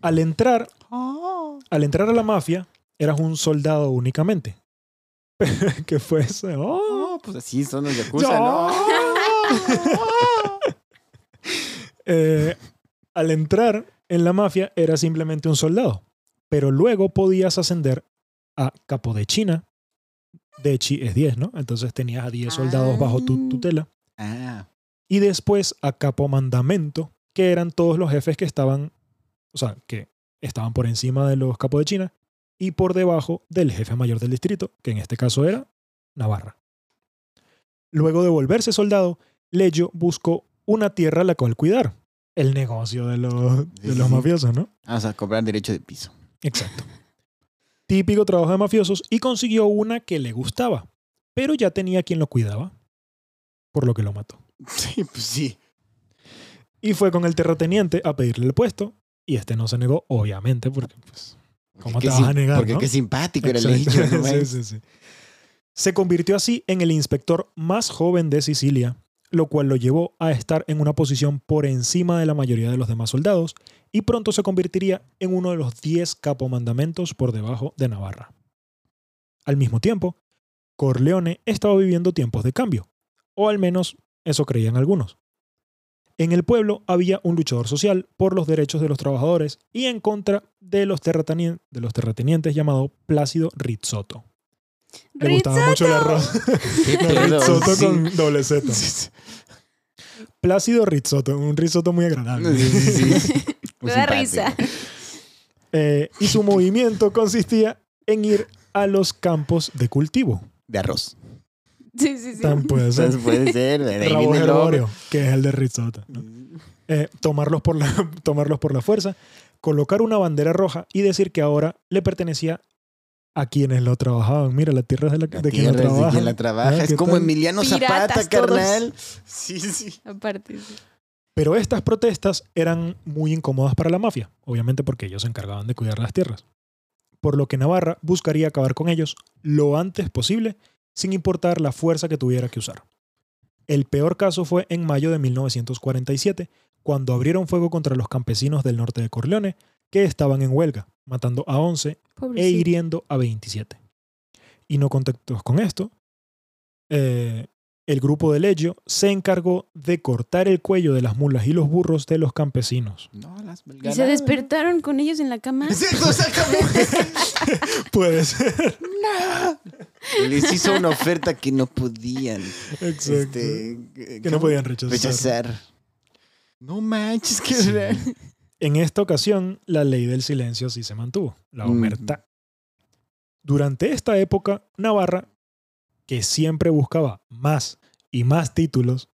[SPEAKER 1] Al entrar,
[SPEAKER 2] Ah.
[SPEAKER 3] Oh.
[SPEAKER 1] al entrar a la mafia, eras un soldado únicamente. que fue ese? ¡Oh!
[SPEAKER 3] No, pues así son los yakuza,
[SPEAKER 1] No.
[SPEAKER 3] ¿no?
[SPEAKER 1] Eh, al entrar en la mafia era simplemente un soldado, pero luego podías ascender a capo de China. De Chi es 10, ¿no? Entonces tenías a 10 soldados bajo tu
[SPEAKER 2] Ah.
[SPEAKER 1] tutela.
[SPEAKER 3] Ah,
[SPEAKER 1] Y después a capo mandamento, que eran todos los jefes que estaban, o sea, que estaban por encima de los capos de China y por debajo del jefe mayor del distrito, que en este caso era Navarra. Luego de volverse soldado, Leyo buscó una tierra a la cual cuidar. El negocio de los, de los
[SPEAKER 3] Sí.
[SPEAKER 1] mafiosos, ¿no?
[SPEAKER 3] vamos a cobrar derecho de piso.
[SPEAKER 1] Exacto. Típico trabajo de mafiosos y consiguió una que le gustaba, pero ya tenía quien lo cuidaba, por lo que lo mató.
[SPEAKER 3] Sí, pues sí.
[SPEAKER 1] Y fue con el terrateniente a pedirle el puesto. Y este no se negó, obviamente, porque pues, ¿Cómo
[SPEAKER 3] Qué
[SPEAKER 1] te vas a
[SPEAKER 3] sim-
[SPEAKER 1] negar,
[SPEAKER 3] Porque
[SPEAKER 1] no?
[SPEAKER 3] qué simpático era el
[SPEAKER 1] Exacto.
[SPEAKER 3] hecho. ¿no,
[SPEAKER 1] Sí,
[SPEAKER 3] man?
[SPEAKER 1] sí, sí. Se convirtió así en el inspector más joven de Sicilia, lo cual lo llevó a estar en una posición por encima de la mayoría de los demás soldados y pronto se convertiría en uno de los 10 capomandamentos por debajo de Navarra. Al mismo tiempo, Corleone estaba viviendo tiempos de cambio, o al menos eso creían algunos. En el pueblo había un luchador social por los derechos de los trabajadores y en contra de los, terratenien- de los terratenientes llamado Plácido Rizzotto. Le gustaba mucho el arroz.
[SPEAKER 3] Qué
[SPEAKER 1] No,
[SPEAKER 3] pedo,
[SPEAKER 1] Rizzotto
[SPEAKER 3] sí.
[SPEAKER 1] con doble Z.
[SPEAKER 3] Sí, sí,
[SPEAKER 1] Plácido Rizzotto, un risotto muy agradable.
[SPEAKER 3] sí, sí. Muy
[SPEAKER 2] Me da
[SPEAKER 3] simpático.
[SPEAKER 2] risa.
[SPEAKER 1] Eh, y su movimiento consistía en ir a los campos de cultivo.
[SPEAKER 3] De arroz.
[SPEAKER 2] Sí, sí, sí.
[SPEAKER 1] Tan puede ser.
[SPEAKER 3] Entonces puede ser. De ahí
[SPEAKER 1] Rabo
[SPEAKER 3] viene el
[SPEAKER 1] Gregorio,
[SPEAKER 3] nombre.
[SPEAKER 1] que es el de Rizzotto. ¿no? Eh, tomarlos, por la, tomarlos por la fuerza, colocar una bandera roja y decir que ahora le pertenecía a quienes lo trabajaban. Mira, la tierra es de, la,
[SPEAKER 3] La
[SPEAKER 1] de quien
[SPEAKER 3] tierra
[SPEAKER 1] lo
[SPEAKER 3] es de
[SPEAKER 1] trabaja.
[SPEAKER 3] quien la trabaja.
[SPEAKER 1] Ah,
[SPEAKER 3] es
[SPEAKER 1] ¿qué
[SPEAKER 3] como
[SPEAKER 1] tal?
[SPEAKER 3] Emiliano Zapata,
[SPEAKER 2] Piratas todos.
[SPEAKER 3] carnal. Sí, sí.
[SPEAKER 2] Aparte. sí.
[SPEAKER 1] Pero estas protestas eran muy incómodas para la mafia, obviamente porque ellos se encargaban de cuidar las tierras. Por lo que Navarra buscaría acabar con ellos lo antes posible, sin importar la fuerza que tuviera que usar. El peor caso fue en mayo de 1947, cuando abrieron fuego contra los campesinos del norte de Corleone, que estaban en huelga, matando a 11 e
[SPEAKER 2] Pobrecito.
[SPEAKER 1] hiriendo a 27. Y no contentos con esto, eh, el grupo de Leggio se encargó de cortar el cuello de las mulas y los burros de los campesinos.
[SPEAKER 3] No, las
[SPEAKER 2] ¿Y
[SPEAKER 3] belgaradas.
[SPEAKER 2] se despertaron con ellos en la cama?
[SPEAKER 3] Exacto, exactamente.
[SPEAKER 1] Puede ser.
[SPEAKER 3] Les hizo una oferta que no podían.
[SPEAKER 1] Exacto.
[SPEAKER 3] Este,
[SPEAKER 1] que no podían rechazar.
[SPEAKER 3] rechazar. No manches, que
[SPEAKER 1] Sí. En esta ocasión, la ley del silencio sí se mantuvo, la
[SPEAKER 3] Mm.
[SPEAKER 1] omerta. Durante esta época, Navarra, que siempre buscaba más y más títulos,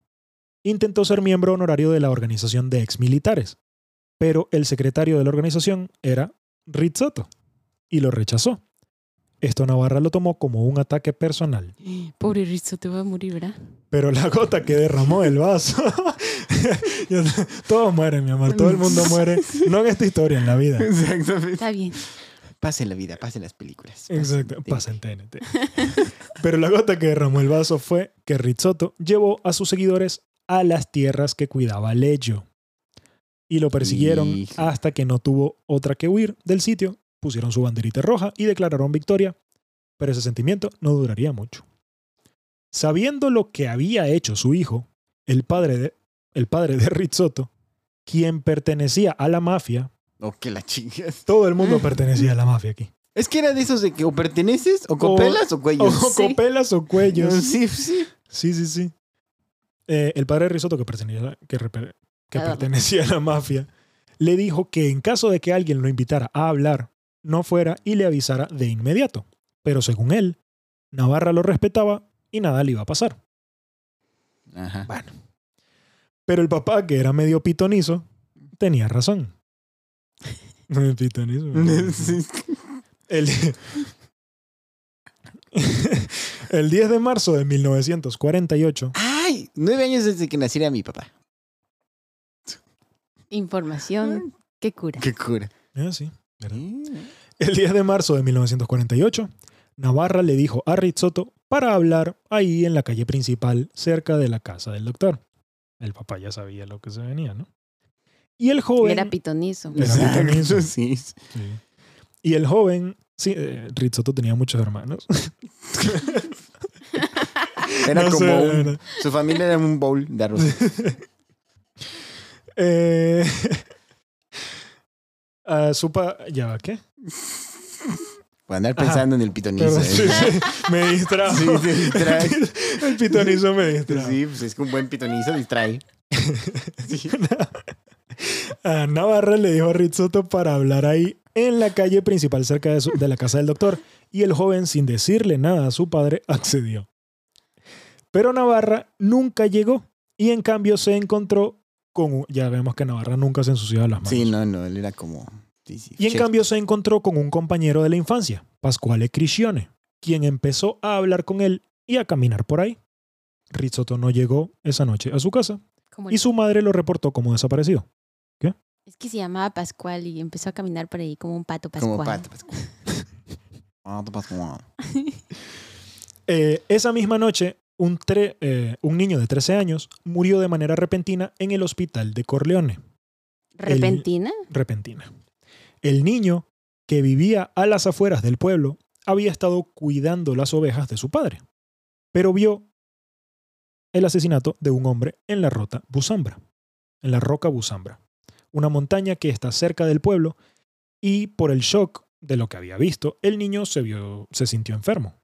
[SPEAKER 1] intentó ser miembro honorario de la organización de exmilitares, pero el secretario de la organización era Rizzotto y lo rechazó. Esto Navarra lo tomó como un ataque personal,
[SPEAKER 2] Pobre Rizzo, te va a morir, ¿verdad?
[SPEAKER 1] pero la gota que derramó el vaso. Yo- todos mueren, mi amor, todo el mundo muere. No en esta historia, en la vida.
[SPEAKER 3] Exactamente.
[SPEAKER 2] Está bien.
[SPEAKER 3] Pasen la vida, pasen las películas. pasen
[SPEAKER 1] Exacto,
[SPEAKER 3] TV.
[SPEAKER 1] pasa en TNT. Pero la gota que derramó el vaso fue que Rizzotto llevó a sus seguidores a las tierras que cuidaba Leggio. Y lo persiguieron
[SPEAKER 3] Hijo.
[SPEAKER 1] hasta que no tuvo otra que huir del sitio, pusieron su banderita roja y declararon victoria. Pero ese sentimiento no duraría mucho. Sabiendo lo que había hecho su hijo, el padre de, el padre de Rizzotto, quien pertenecía a la mafia.
[SPEAKER 3] O que la chingas.
[SPEAKER 1] Todo el mundo pertenecía a la mafia aquí.
[SPEAKER 3] Es que era de esos de que o perteneces, o copelas, o
[SPEAKER 1] O
[SPEAKER 3] cuellos.
[SPEAKER 2] Sí.
[SPEAKER 1] copelas o cuellos.
[SPEAKER 3] Sí, sí.
[SPEAKER 1] Sí, sí, sí. Eh, el padre de Risotto, que pertenecía, a la- que, repe- que
[SPEAKER 2] Ah.
[SPEAKER 1] pertenecía a la mafia, le dijo que en caso de que alguien lo invitara a hablar, no fuera y le avisara de inmediato. Pero según él, Navarra lo respetaba y nada le iba a pasar.
[SPEAKER 3] Ajá.
[SPEAKER 1] Bueno. Pero el papá, que era medio pitonizo, tenía razón. pitonizo.
[SPEAKER 3] Sí.
[SPEAKER 1] El, el 10 de marzo de 1948,
[SPEAKER 3] Ay, nueve años desde que naciera mi papá.
[SPEAKER 2] Información que cura.
[SPEAKER 3] Qué cura.
[SPEAKER 1] eh, sí, ¿verdad? el 10 de marzo de 1948, Navarra le dijo a Rizzotto para hablar ahí en la calle principal, cerca de la casa del doctor. El papá ya sabía lo que se venía, ¿no? Y el joven.
[SPEAKER 2] Era pitonizo.
[SPEAKER 1] Era vitaminismo.
[SPEAKER 3] Exacto, Pues sí.
[SPEAKER 1] Sí. Y el joven, sí, eh, Rizzotto tenía muchos hermanos.
[SPEAKER 3] Era
[SPEAKER 1] No sé,
[SPEAKER 3] como un-
[SPEAKER 1] era-
[SPEAKER 3] Su familia era un bowl de arroz.
[SPEAKER 1] Eh, a su pa- ya va, ¿qué?
[SPEAKER 3] Para andar
[SPEAKER 1] Ajá.
[SPEAKER 3] pensando en el pitonizo.
[SPEAKER 1] Perdón,
[SPEAKER 3] ¿eh?
[SPEAKER 1] sí, sí, me distrajo.
[SPEAKER 3] Sí, te distrae.
[SPEAKER 1] el pitonizo me distrajo.
[SPEAKER 3] Sí, pues es que un buen pitonizo distrae. Sí.
[SPEAKER 1] A Navarra le dijo a Rizzotto para hablar ahí en la calle principal cerca de, su- de la casa del doctor y el joven sin decirle nada a su padre accedió. Pero Navarra nunca llegó y en cambio se encontró con... un- ya vemos que Navarra nunca se ensuciaba las manos.
[SPEAKER 3] Sí, no, no, él era como. sí, sí,
[SPEAKER 1] Y en
[SPEAKER 3] chef.
[SPEAKER 1] cambio se encontró con un compañero de la infancia, Pascuale Crisione, quien empezó a hablar con él y a caminar por ahí. Rizzotto no llegó esa noche a su casa
[SPEAKER 2] Como
[SPEAKER 1] y su madre lo reportó como desaparecido.
[SPEAKER 2] Es que se llamaba Pascual y empezó a caminar por ahí como un pato Pascual.
[SPEAKER 3] Como pato Pascual. Pato Pascual.
[SPEAKER 1] Eh, esa misma noche, un, tre- eh, un niño de 13 años murió de manera repentina en el hospital de Corleone.
[SPEAKER 2] Repentina.
[SPEAKER 1] Repentina. El niño, que vivía a las afueras del pueblo, había estado cuidando las ovejas de su padre, pero vio el asesinato de un hombre en la rota Busambra, en la roca Busambra, una montaña que está cerca del pueblo, y por el shock de lo que había visto, el niño se vio, se sintió enfermo.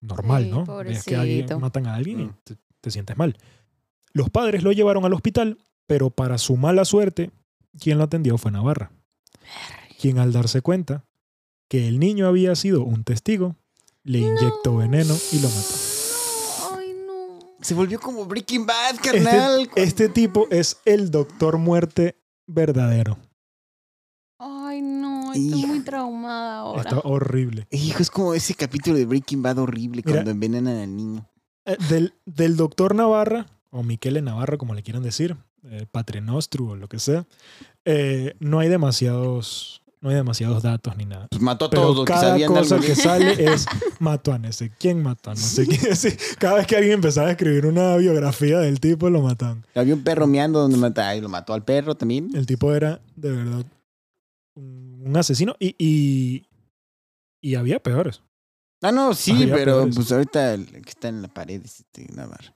[SPEAKER 1] Normal,
[SPEAKER 2] Sí,
[SPEAKER 1] ¿no? Es que alguien-
[SPEAKER 2] pobrecito.
[SPEAKER 1] matan a alguien y
[SPEAKER 3] Mm.
[SPEAKER 1] te- te sientes mal. Los padres lo llevaron al hospital, pero para su mala suerte, quien lo atendió fue Navarra, quien al darse cuenta que el niño había sido un testigo, le inyectó veneno y lo mató.
[SPEAKER 2] Ay, no.
[SPEAKER 3] Se volvió como Breaking Bad, carnal.
[SPEAKER 1] Este, este tipo es el doctor muerte verdadero.
[SPEAKER 2] Ay, no.
[SPEAKER 3] Hijo.
[SPEAKER 2] Estoy muy traumada ahora.
[SPEAKER 1] Está horrible.
[SPEAKER 3] Hijo, es como ese capítulo de Breaking Bad horrible
[SPEAKER 1] Mira.
[SPEAKER 3] cuando envenenan al niño.
[SPEAKER 1] Eh, Del, del doctor Navarra, o Miquele Navarra, como le quieran decir, eh, Patre Nostru o lo que sea, eh, no hay demasiados, no hay demasiados datos ni nada.
[SPEAKER 3] Pues mató a
[SPEAKER 1] Pero
[SPEAKER 3] todos los que
[SPEAKER 1] cada
[SPEAKER 3] sabían de
[SPEAKER 1] cosa
[SPEAKER 3] algo. ¿eh?
[SPEAKER 1] que sale es mató a no sé quién, mató a no sé quién. Sí, cada vez que alguien empezaba a escribir una biografía del tipo, lo mataban.
[SPEAKER 3] Había un perro meando donde mata. Ay, lo mató al perro también.
[SPEAKER 1] El tipo era de verdad un un asesino y, y, y había peores.
[SPEAKER 3] Ah, no, sí,
[SPEAKER 1] Había
[SPEAKER 3] pero
[SPEAKER 1] peores.
[SPEAKER 3] pues ahorita el que está en la pared es este Navarro.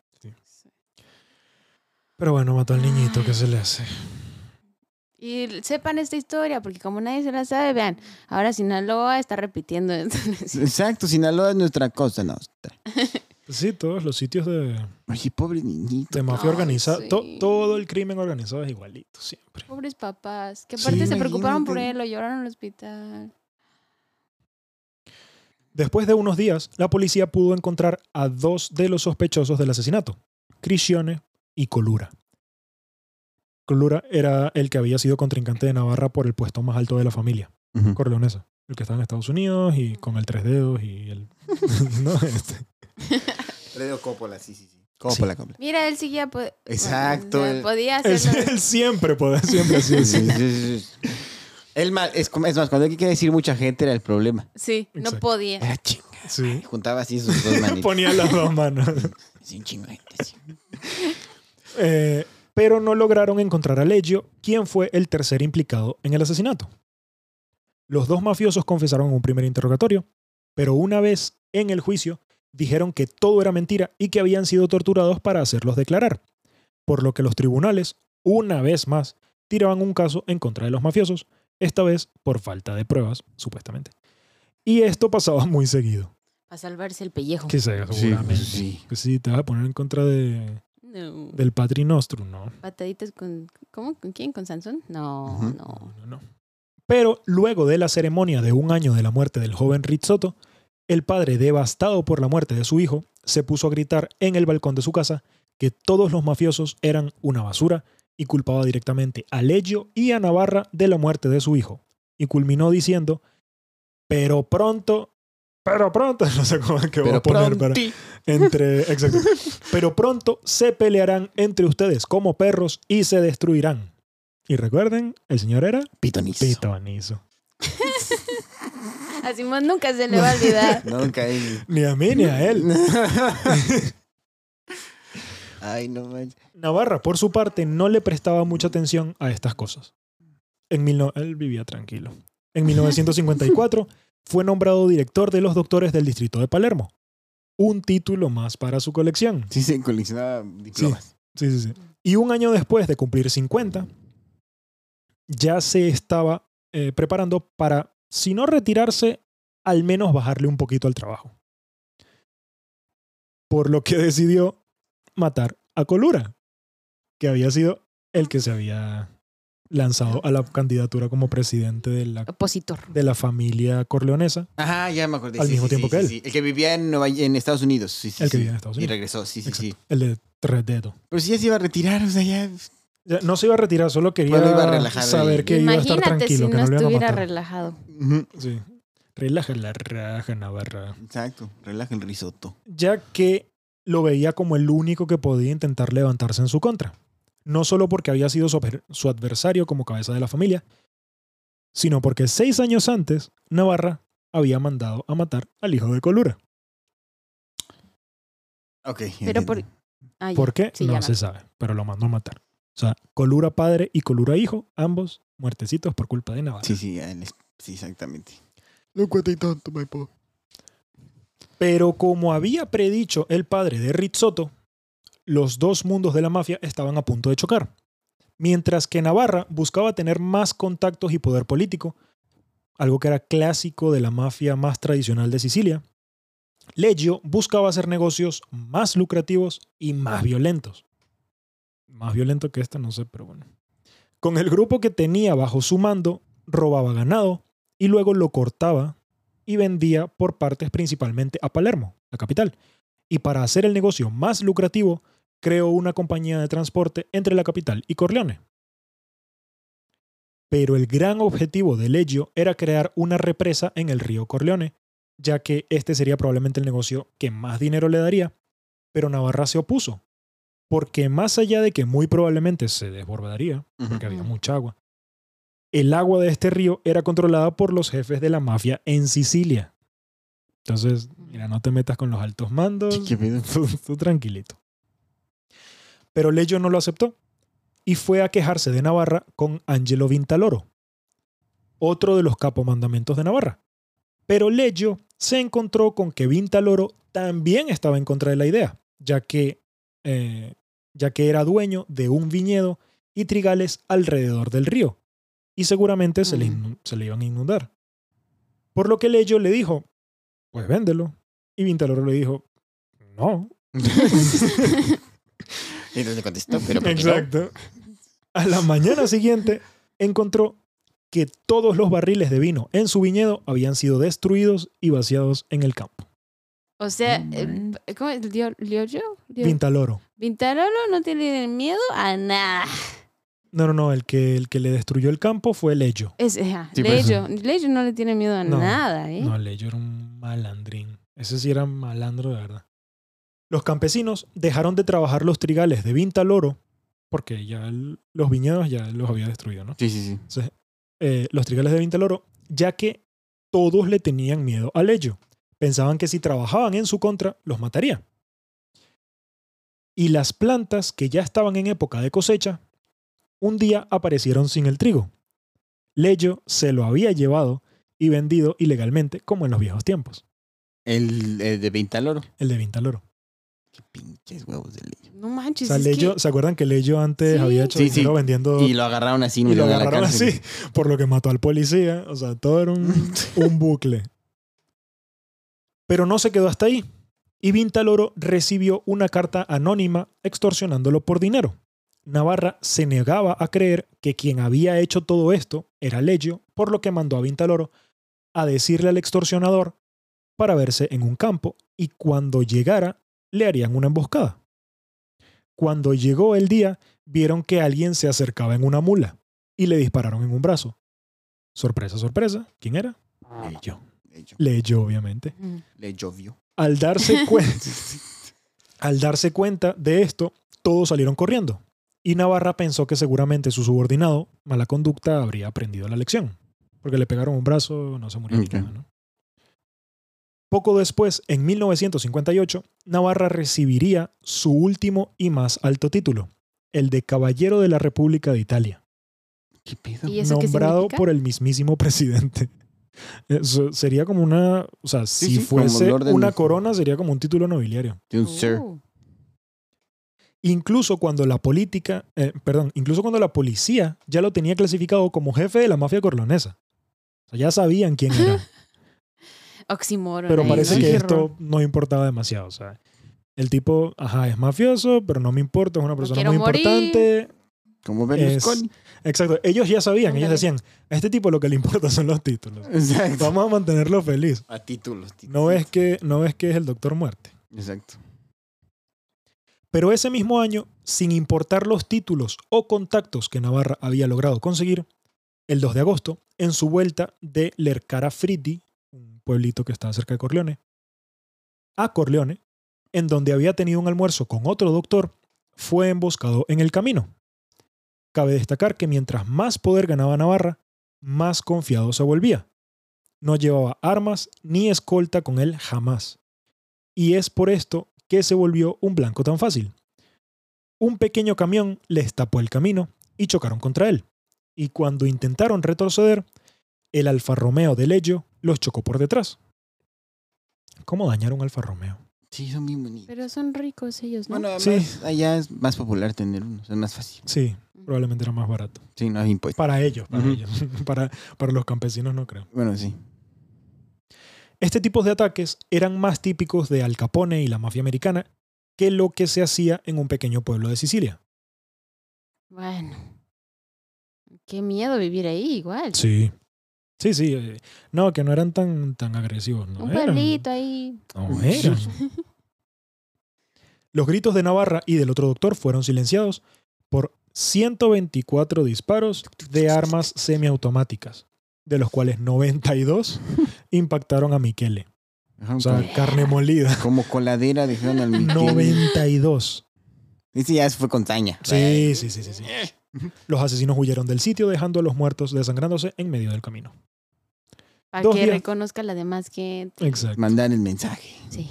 [SPEAKER 1] Pero bueno, mató al niñito, ¿qué se le hace?
[SPEAKER 2] Y sepan esta historia, porque como nadie se la sabe, vean, ahora Sinaloa está repitiendo esto.
[SPEAKER 3] Exacto, Sinaloa es nuestra cosa, no.
[SPEAKER 1] Pues sí, todos los sitios de,
[SPEAKER 3] Oye, pobre niñito.
[SPEAKER 1] de mafia
[SPEAKER 2] Ay,
[SPEAKER 1] organizada, to-
[SPEAKER 2] sí.
[SPEAKER 1] todo el crimen organizado es igualito siempre.
[SPEAKER 2] Pobres papás, que
[SPEAKER 1] Sí.
[SPEAKER 2] aparte se preocuparon por
[SPEAKER 3] Imagínate.
[SPEAKER 2] él, lo llevaron al hospital.
[SPEAKER 1] Después de unos días, la policía pudo encontrar a dos de los sospechosos del asesinato, Crisione y Colura. Colura era el que había sido contrincante de Navarra por el puesto más alto de la familia
[SPEAKER 3] Ujú.
[SPEAKER 1] corleonesa, el que está en Estados Unidos y con el tres dedos y el... ¿no? Este,
[SPEAKER 3] Alfredo Coppola, sí, sí, sí. Coppola, Coppola.
[SPEAKER 2] Mira, él seguía. po-
[SPEAKER 3] Exacto,
[SPEAKER 2] bueno, o sea,
[SPEAKER 3] él-
[SPEAKER 2] podía
[SPEAKER 1] él,
[SPEAKER 2] hacerlo.
[SPEAKER 1] él siempre, puede, siempre así
[SPEAKER 3] Sí,
[SPEAKER 1] es.
[SPEAKER 3] sí, sí, sí. El mal, es, como- es más, cuando hay que decir mucha gente era el problema.
[SPEAKER 2] Sí, no
[SPEAKER 1] Exacto.
[SPEAKER 2] podía.
[SPEAKER 3] Era chingo.
[SPEAKER 1] Sí.
[SPEAKER 3] Juntaba así sus dos manitas.
[SPEAKER 1] Ponía las dos manos.
[SPEAKER 3] Sí, un chingo de gente, sí.
[SPEAKER 1] Eh, pero no lograron encontrar a Leggio, quien fue el tercer implicado en el asesinato. Los dos mafiosos confesaron en un primer interrogatorio, pero una vez en el juicio dijeron que todo era mentira y que habían sido torturados para hacerlos declarar, por lo que los tribunales, una vez más, tiraban un caso en contra de los mafiosos, esta vez por falta de pruebas, supuestamente. Y esto pasaba muy seguido.
[SPEAKER 2] Para salvarse el pellejo.
[SPEAKER 1] Que sea,
[SPEAKER 3] Sí,
[SPEAKER 1] seguramente.
[SPEAKER 3] pues sí.
[SPEAKER 1] Que sí, te vas a poner en contra de,
[SPEAKER 2] No.
[SPEAKER 1] del Patri Nostrum, ¿no?
[SPEAKER 2] Pataditas con. ¿Cómo? ¿Con quién? ¿Con Sansón? No,
[SPEAKER 3] Ujú.
[SPEAKER 2] no.
[SPEAKER 1] No, no. Pero luego de la ceremonia de un año de la muerte del joven Rizzotto, el padre, devastado por la muerte de su hijo, se puso a gritar en el balcón de su casa que todos los mafiosos eran una basura y culpaba directamente a Leggio y a Navarra de la muerte de su hijo. Y culminó diciendo, pero pronto, pero pronto, no sé cómo es que voy a
[SPEAKER 3] Pero
[SPEAKER 1] poner para-
[SPEAKER 3] pronti.
[SPEAKER 1] entre, exacto. Pero pronto se pelearán entre ustedes como perros y se destruirán. Y recuerden, el señor era
[SPEAKER 3] Pitonizo.
[SPEAKER 1] Pito Aniso.
[SPEAKER 2] A Simón nunca se le va a olvidar.
[SPEAKER 3] Nunca él.
[SPEAKER 1] Ni a mí ni a él.
[SPEAKER 3] Ay, no manches.
[SPEAKER 1] Navarra, por su parte, no le prestaba mucha atención a estas cosas. En mil no- él vivía tranquilo. En 1954 fue nombrado director de los doctores del distrito de Palermo. Un título más para su colección.
[SPEAKER 3] Sí, se coleccionaba diplomas.
[SPEAKER 1] Sí, sí, sí. Y un año después de cumplir 50, ya se estaba eh, preparando para, si no retirarse, al menos bajarle un poquito al trabajo. Por lo que decidió matar a Colura, que había sido el que se había lanzado a la candidatura como presidente de la,
[SPEAKER 2] Opositor.
[SPEAKER 1] de la familia corleonesa,
[SPEAKER 3] Ajá, ya me acordé.
[SPEAKER 1] Al
[SPEAKER 3] Sí,
[SPEAKER 1] mismo
[SPEAKER 3] sí,
[SPEAKER 1] tiempo
[SPEAKER 3] sí,
[SPEAKER 1] que
[SPEAKER 3] sí,
[SPEAKER 1] él.
[SPEAKER 3] sí. El que vivía en, Nueva- en Estados Unidos. Sí, sí,
[SPEAKER 1] el que
[SPEAKER 3] sí.
[SPEAKER 1] vivía en Estados
[SPEAKER 3] Y
[SPEAKER 1] Unidos.
[SPEAKER 3] regresó, sí, sí, sí.
[SPEAKER 1] Exacto, El de Tres Dedos.
[SPEAKER 3] Pero si ya se iba a retirar, o sea, ya.
[SPEAKER 1] Ya, No se iba a retirar, solo quería
[SPEAKER 3] Solo iba a relajar
[SPEAKER 1] saber
[SPEAKER 3] el-
[SPEAKER 1] que iba a estar
[SPEAKER 2] Imagínate si
[SPEAKER 1] tranquilo, que
[SPEAKER 2] no
[SPEAKER 1] no le iban a
[SPEAKER 2] estuviera
[SPEAKER 1] matar.
[SPEAKER 2] relajado.
[SPEAKER 3] Ujú.
[SPEAKER 1] Sí. Relaja la raja, Navarra.
[SPEAKER 3] Exacto, relaja el risotto.
[SPEAKER 1] Ya que lo veía como el único que podía intentar levantarse en su contra. No solo porque había sido su, adver- su adversario como cabeza de la familia, sino porque seis años antes, Navarra había mandado a matar al hijo de Colura.
[SPEAKER 3] Ok.
[SPEAKER 2] Pero
[SPEAKER 3] entiendo.
[SPEAKER 2] por- Ah, ya.
[SPEAKER 1] ¿Por qué?
[SPEAKER 2] Sí, ya
[SPEAKER 1] no
[SPEAKER 2] me
[SPEAKER 1] se sabe, pero lo mandó a matar. O sea, Colura padre y Colura hijo, ambos muertecitos por culpa de Navarra.
[SPEAKER 3] Sí, sí, él es- sí, exactamente.
[SPEAKER 1] No cuente tanto, my boy. Pero como había predicho el padre de Rizzotto, los dos mundos de la mafia estaban a punto de chocar. Mientras que Navarra buscaba tener más contactos y poder político, algo que era clásico de la mafia más tradicional de Sicilia, Leggio buscaba hacer negocios más lucrativos y más violentos. Más violento que esta, no sé, pero bueno. Con el grupo que tenía bajo su mando, robaba ganado, y luego lo cortaba y vendía por partes principalmente a Palermo, la capital. Y para hacer el negocio más lucrativo, creó una compañía de transporte entre la capital y Corleone. Pero el gran objetivo de Leggio era crear una represa en el río Corleone, ya que este sería probablemente el negocio que más dinero le daría, pero Navarra se opuso, porque más allá de que muy probablemente se desbordaría,
[SPEAKER 3] Ujú.
[SPEAKER 1] porque había
[SPEAKER 2] Ujú.
[SPEAKER 1] mucha agua. El agua de este río era controlada por los jefes de la mafia en Sicilia. Entonces, mira, no te metas con los altos mandos,
[SPEAKER 3] Sí, qué pedo.
[SPEAKER 1] tú, tú tranquilito. Pero Leggio no lo aceptó y fue a quejarse de Navarra con Angelo Vintaloro, otro de los capomandamentos de Navarra. Pero Leggio se encontró con que Vintaloro también estaba en contra de la idea, ya que, eh, ya que era dueño de un viñedo y trigales alrededor del río, y seguramente se le,
[SPEAKER 2] Ujú.
[SPEAKER 1] inun- se le iban a inundar. Por lo que Leggio le dijo, pues véndelo. Y Vintaloro le dijo, no,
[SPEAKER 3] Y Entonces contestó, pero ¿por qué no?
[SPEAKER 1] Exacto. A la mañana siguiente encontró que todos los barriles de vino en su viñedo habían sido destruidos y vaciados en el campo.
[SPEAKER 2] O sea,
[SPEAKER 3] No
[SPEAKER 2] eh,
[SPEAKER 3] manches.
[SPEAKER 2] ¿cómo es? ¿Lio- ¿Lioyo? ¿Lio-
[SPEAKER 1] Vintaloro.
[SPEAKER 2] Vintarolo no tiene miedo a nada.
[SPEAKER 1] No, no, no, el que, el que le destruyó el campo fue Leyo.
[SPEAKER 2] Es, eh, ajá,
[SPEAKER 3] Sí, por
[SPEAKER 2] Leyo. Leyo no le tiene miedo a
[SPEAKER 1] pues. No,
[SPEAKER 2] nada, ¿eh?
[SPEAKER 1] No, Leyo era un malandrín. Ese sí era malandro de verdad. Los campesinos dejaron de trabajar los trigales de Vintaloro porque ya el- los viñedos ya los había destruido, ¿no?
[SPEAKER 3] Sí, sí, sí.
[SPEAKER 1] eh, los trigales de Vintaloro, ya que todos le tenían miedo a Leyo. Pensaban que si trabajaban en su contra, los mataría. Y las plantas que ya estaban en época de cosecha, un día aparecieron sin el trigo. Leyo se lo había llevado y vendido ilegalmente como en los viejos tiempos,
[SPEAKER 3] El, el de Vintaloro.
[SPEAKER 1] el de Vintaloro.
[SPEAKER 3] Qué pinches huevos del niño.
[SPEAKER 2] No manches.
[SPEAKER 1] O sea,
[SPEAKER 2] Pues es
[SPEAKER 1] Leyo-
[SPEAKER 2] que-
[SPEAKER 1] ¿se acuerdan que Leyo antes
[SPEAKER 2] Sí.
[SPEAKER 1] había hecho
[SPEAKER 3] Sí,
[SPEAKER 1] dinero
[SPEAKER 3] sí.
[SPEAKER 1] vendiendo
[SPEAKER 3] Y lo agarraron así,
[SPEAKER 1] y lo
[SPEAKER 3] metieron a la
[SPEAKER 1] agarraron
[SPEAKER 3] cárcel.
[SPEAKER 1] así? Por lo que mató al policía. O sea, todo era un, un bucle. Pero no se quedó hasta ahí. Y Vintaloro recibió una carta anónima extorsionándolo por dinero. Navarra se negaba a creer que quien había hecho todo esto era Leyo, por lo que mandó a Vintaloro a decirle al extorsionador para verse en un campo y cuando llegara le harían una emboscada. Cuando llegó el día, vieron que alguien se acercaba en una mula y le dispararon en un brazo. Sorpresa, sorpresa, ¿quién era? Leyo.
[SPEAKER 3] Le llo-
[SPEAKER 1] Leyó, obviamente.
[SPEAKER 2] Mm.
[SPEAKER 3] Le llovió.
[SPEAKER 1] Al darse, cuen- al darse cuenta de esto, todos salieron corriendo. Y Navarra pensó que seguramente su subordinado, mala conducta, habría aprendido la lección. Porque le pegaron un brazo, no se murió. ni
[SPEAKER 3] Ok.
[SPEAKER 1] nada, ¿no? Poco después, en 1958, Navarra recibiría su último y más alto título, el de Caballero de la República de Italia
[SPEAKER 3] ¿Qué pedo?
[SPEAKER 2] ¿Y eso qué
[SPEAKER 1] nombrado
[SPEAKER 2] significa?
[SPEAKER 1] por el mismísimo presidente. Eso sería como una, o sea,
[SPEAKER 3] Sí,
[SPEAKER 1] si
[SPEAKER 3] sí, como
[SPEAKER 1] fuese
[SPEAKER 3] Lord del-
[SPEAKER 1] una corona sería como un título nobiliario.
[SPEAKER 3] Dude, sir.
[SPEAKER 2] Oh.
[SPEAKER 1] Incluso cuando la política, eh, perdón, incluso cuando la policía ya lo tenía clasificado como jefe de la mafia corleonesa. O sea, ya sabían quién era,
[SPEAKER 2] Oxímoron
[SPEAKER 1] pero
[SPEAKER 2] ahí,
[SPEAKER 1] parece
[SPEAKER 2] ¿no?
[SPEAKER 1] que
[SPEAKER 2] Qué
[SPEAKER 1] esto
[SPEAKER 2] horror.
[SPEAKER 1] no importaba demasiado, o sea, el tipo, ajá, es mafioso, pero no me importa, es una persona
[SPEAKER 2] quiero
[SPEAKER 1] muy
[SPEAKER 2] morir.
[SPEAKER 1] importante.
[SPEAKER 3] Como Berlusconi.
[SPEAKER 1] Exacto, ellos ya sabían, ellos
[SPEAKER 2] Ándale.
[SPEAKER 1] decían, a este tipo lo que le importa son los títulos.
[SPEAKER 3] Exacto.
[SPEAKER 1] Vamos a mantenerlo feliz.
[SPEAKER 3] A títulos. títulos.
[SPEAKER 1] No ves que, no ves que es el Doctor Muerte.
[SPEAKER 3] Exacto.
[SPEAKER 1] Pero ese mismo año, sin importar los títulos o contactos que Navarra había logrado conseguir, el 2 de agosto, en su vuelta de Lercara Fritti, un pueblito que está cerca de Corleone, a Corleone, en donde había tenido un almuerzo con otro doctor, fue emboscado en el camino. Cabe destacar que mientras más poder ganaba Navarra, más confiado se volvía. No llevaba armas ni escolta con él jamás. Y es por esto que se volvió un blanco tan fácil. Un pequeño camión les tapó el camino y chocaron contra él. Y cuando intentaron retroceder, el Alfa Romeo de Leyo los chocó por detrás. ¿Cómo dañaron Alfa Romeo?
[SPEAKER 3] Sí, son muy bonitos.
[SPEAKER 2] Pero son ricos ellos, ¿no?
[SPEAKER 3] Bueno, además,
[SPEAKER 1] Sí.
[SPEAKER 3] allá es más popular tener uno. Es más fácil.
[SPEAKER 1] Sí, probablemente era más barato.
[SPEAKER 3] Sí, no hay impuestos.
[SPEAKER 1] Para ellos, para
[SPEAKER 3] Ujú.
[SPEAKER 1] ellos. Para, para los campesinos no creo.
[SPEAKER 3] Bueno, sí.
[SPEAKER 1] Este tipo de ataques eran más típicos de Al Capone y la mafia americana que lo que se hacía en un pequeño pueblo de Sicilia.
[SPEAKER 2] Bueno. Qué miedo vivir ahí igual.
[SPEAKER 1] Sí. Sí, sí. eh, No, que no eran tan, tan agresivos. No
[SPEAKER 2] Un
[SPEAKER 1] eran.
[SPEAKER 2] pueblito ahí.
[SPEAKER 1] No eran. Los gritos de Navarra y del otro doctor fueron silenciados por 124 disparos de armas semiautomáticas, de los cuales 92 impactaron a Michele.
[SPEAKER 3] Dejaron
[SPEAKER 1] O sea,
[SPEAKER 3] como-
[SPEAKER 1] carne molida.
[SPEAKER 3] como coladera dejaron al Miquel.
[SPEAKER 1] 92.
[SPEAKER 3] Ese ya se fue con taña.
[SPEAKER 1] Sí, sí, sí, sí, sí. Los asesinos huyeron del sitio dejando a los muertos desangrándose en medio del camino.
[SPEAKER 2] Para
[SPEAKER 1] Dos
[SPEAKER 2] que
[SPEAKER 1] días.
[SPEAKER 2] reconozca la demás gente.
[SPEAKER 1] Exacto.
[SPEAKER 3] Mandar el mensaje.
[SPEAKER 2] Sí.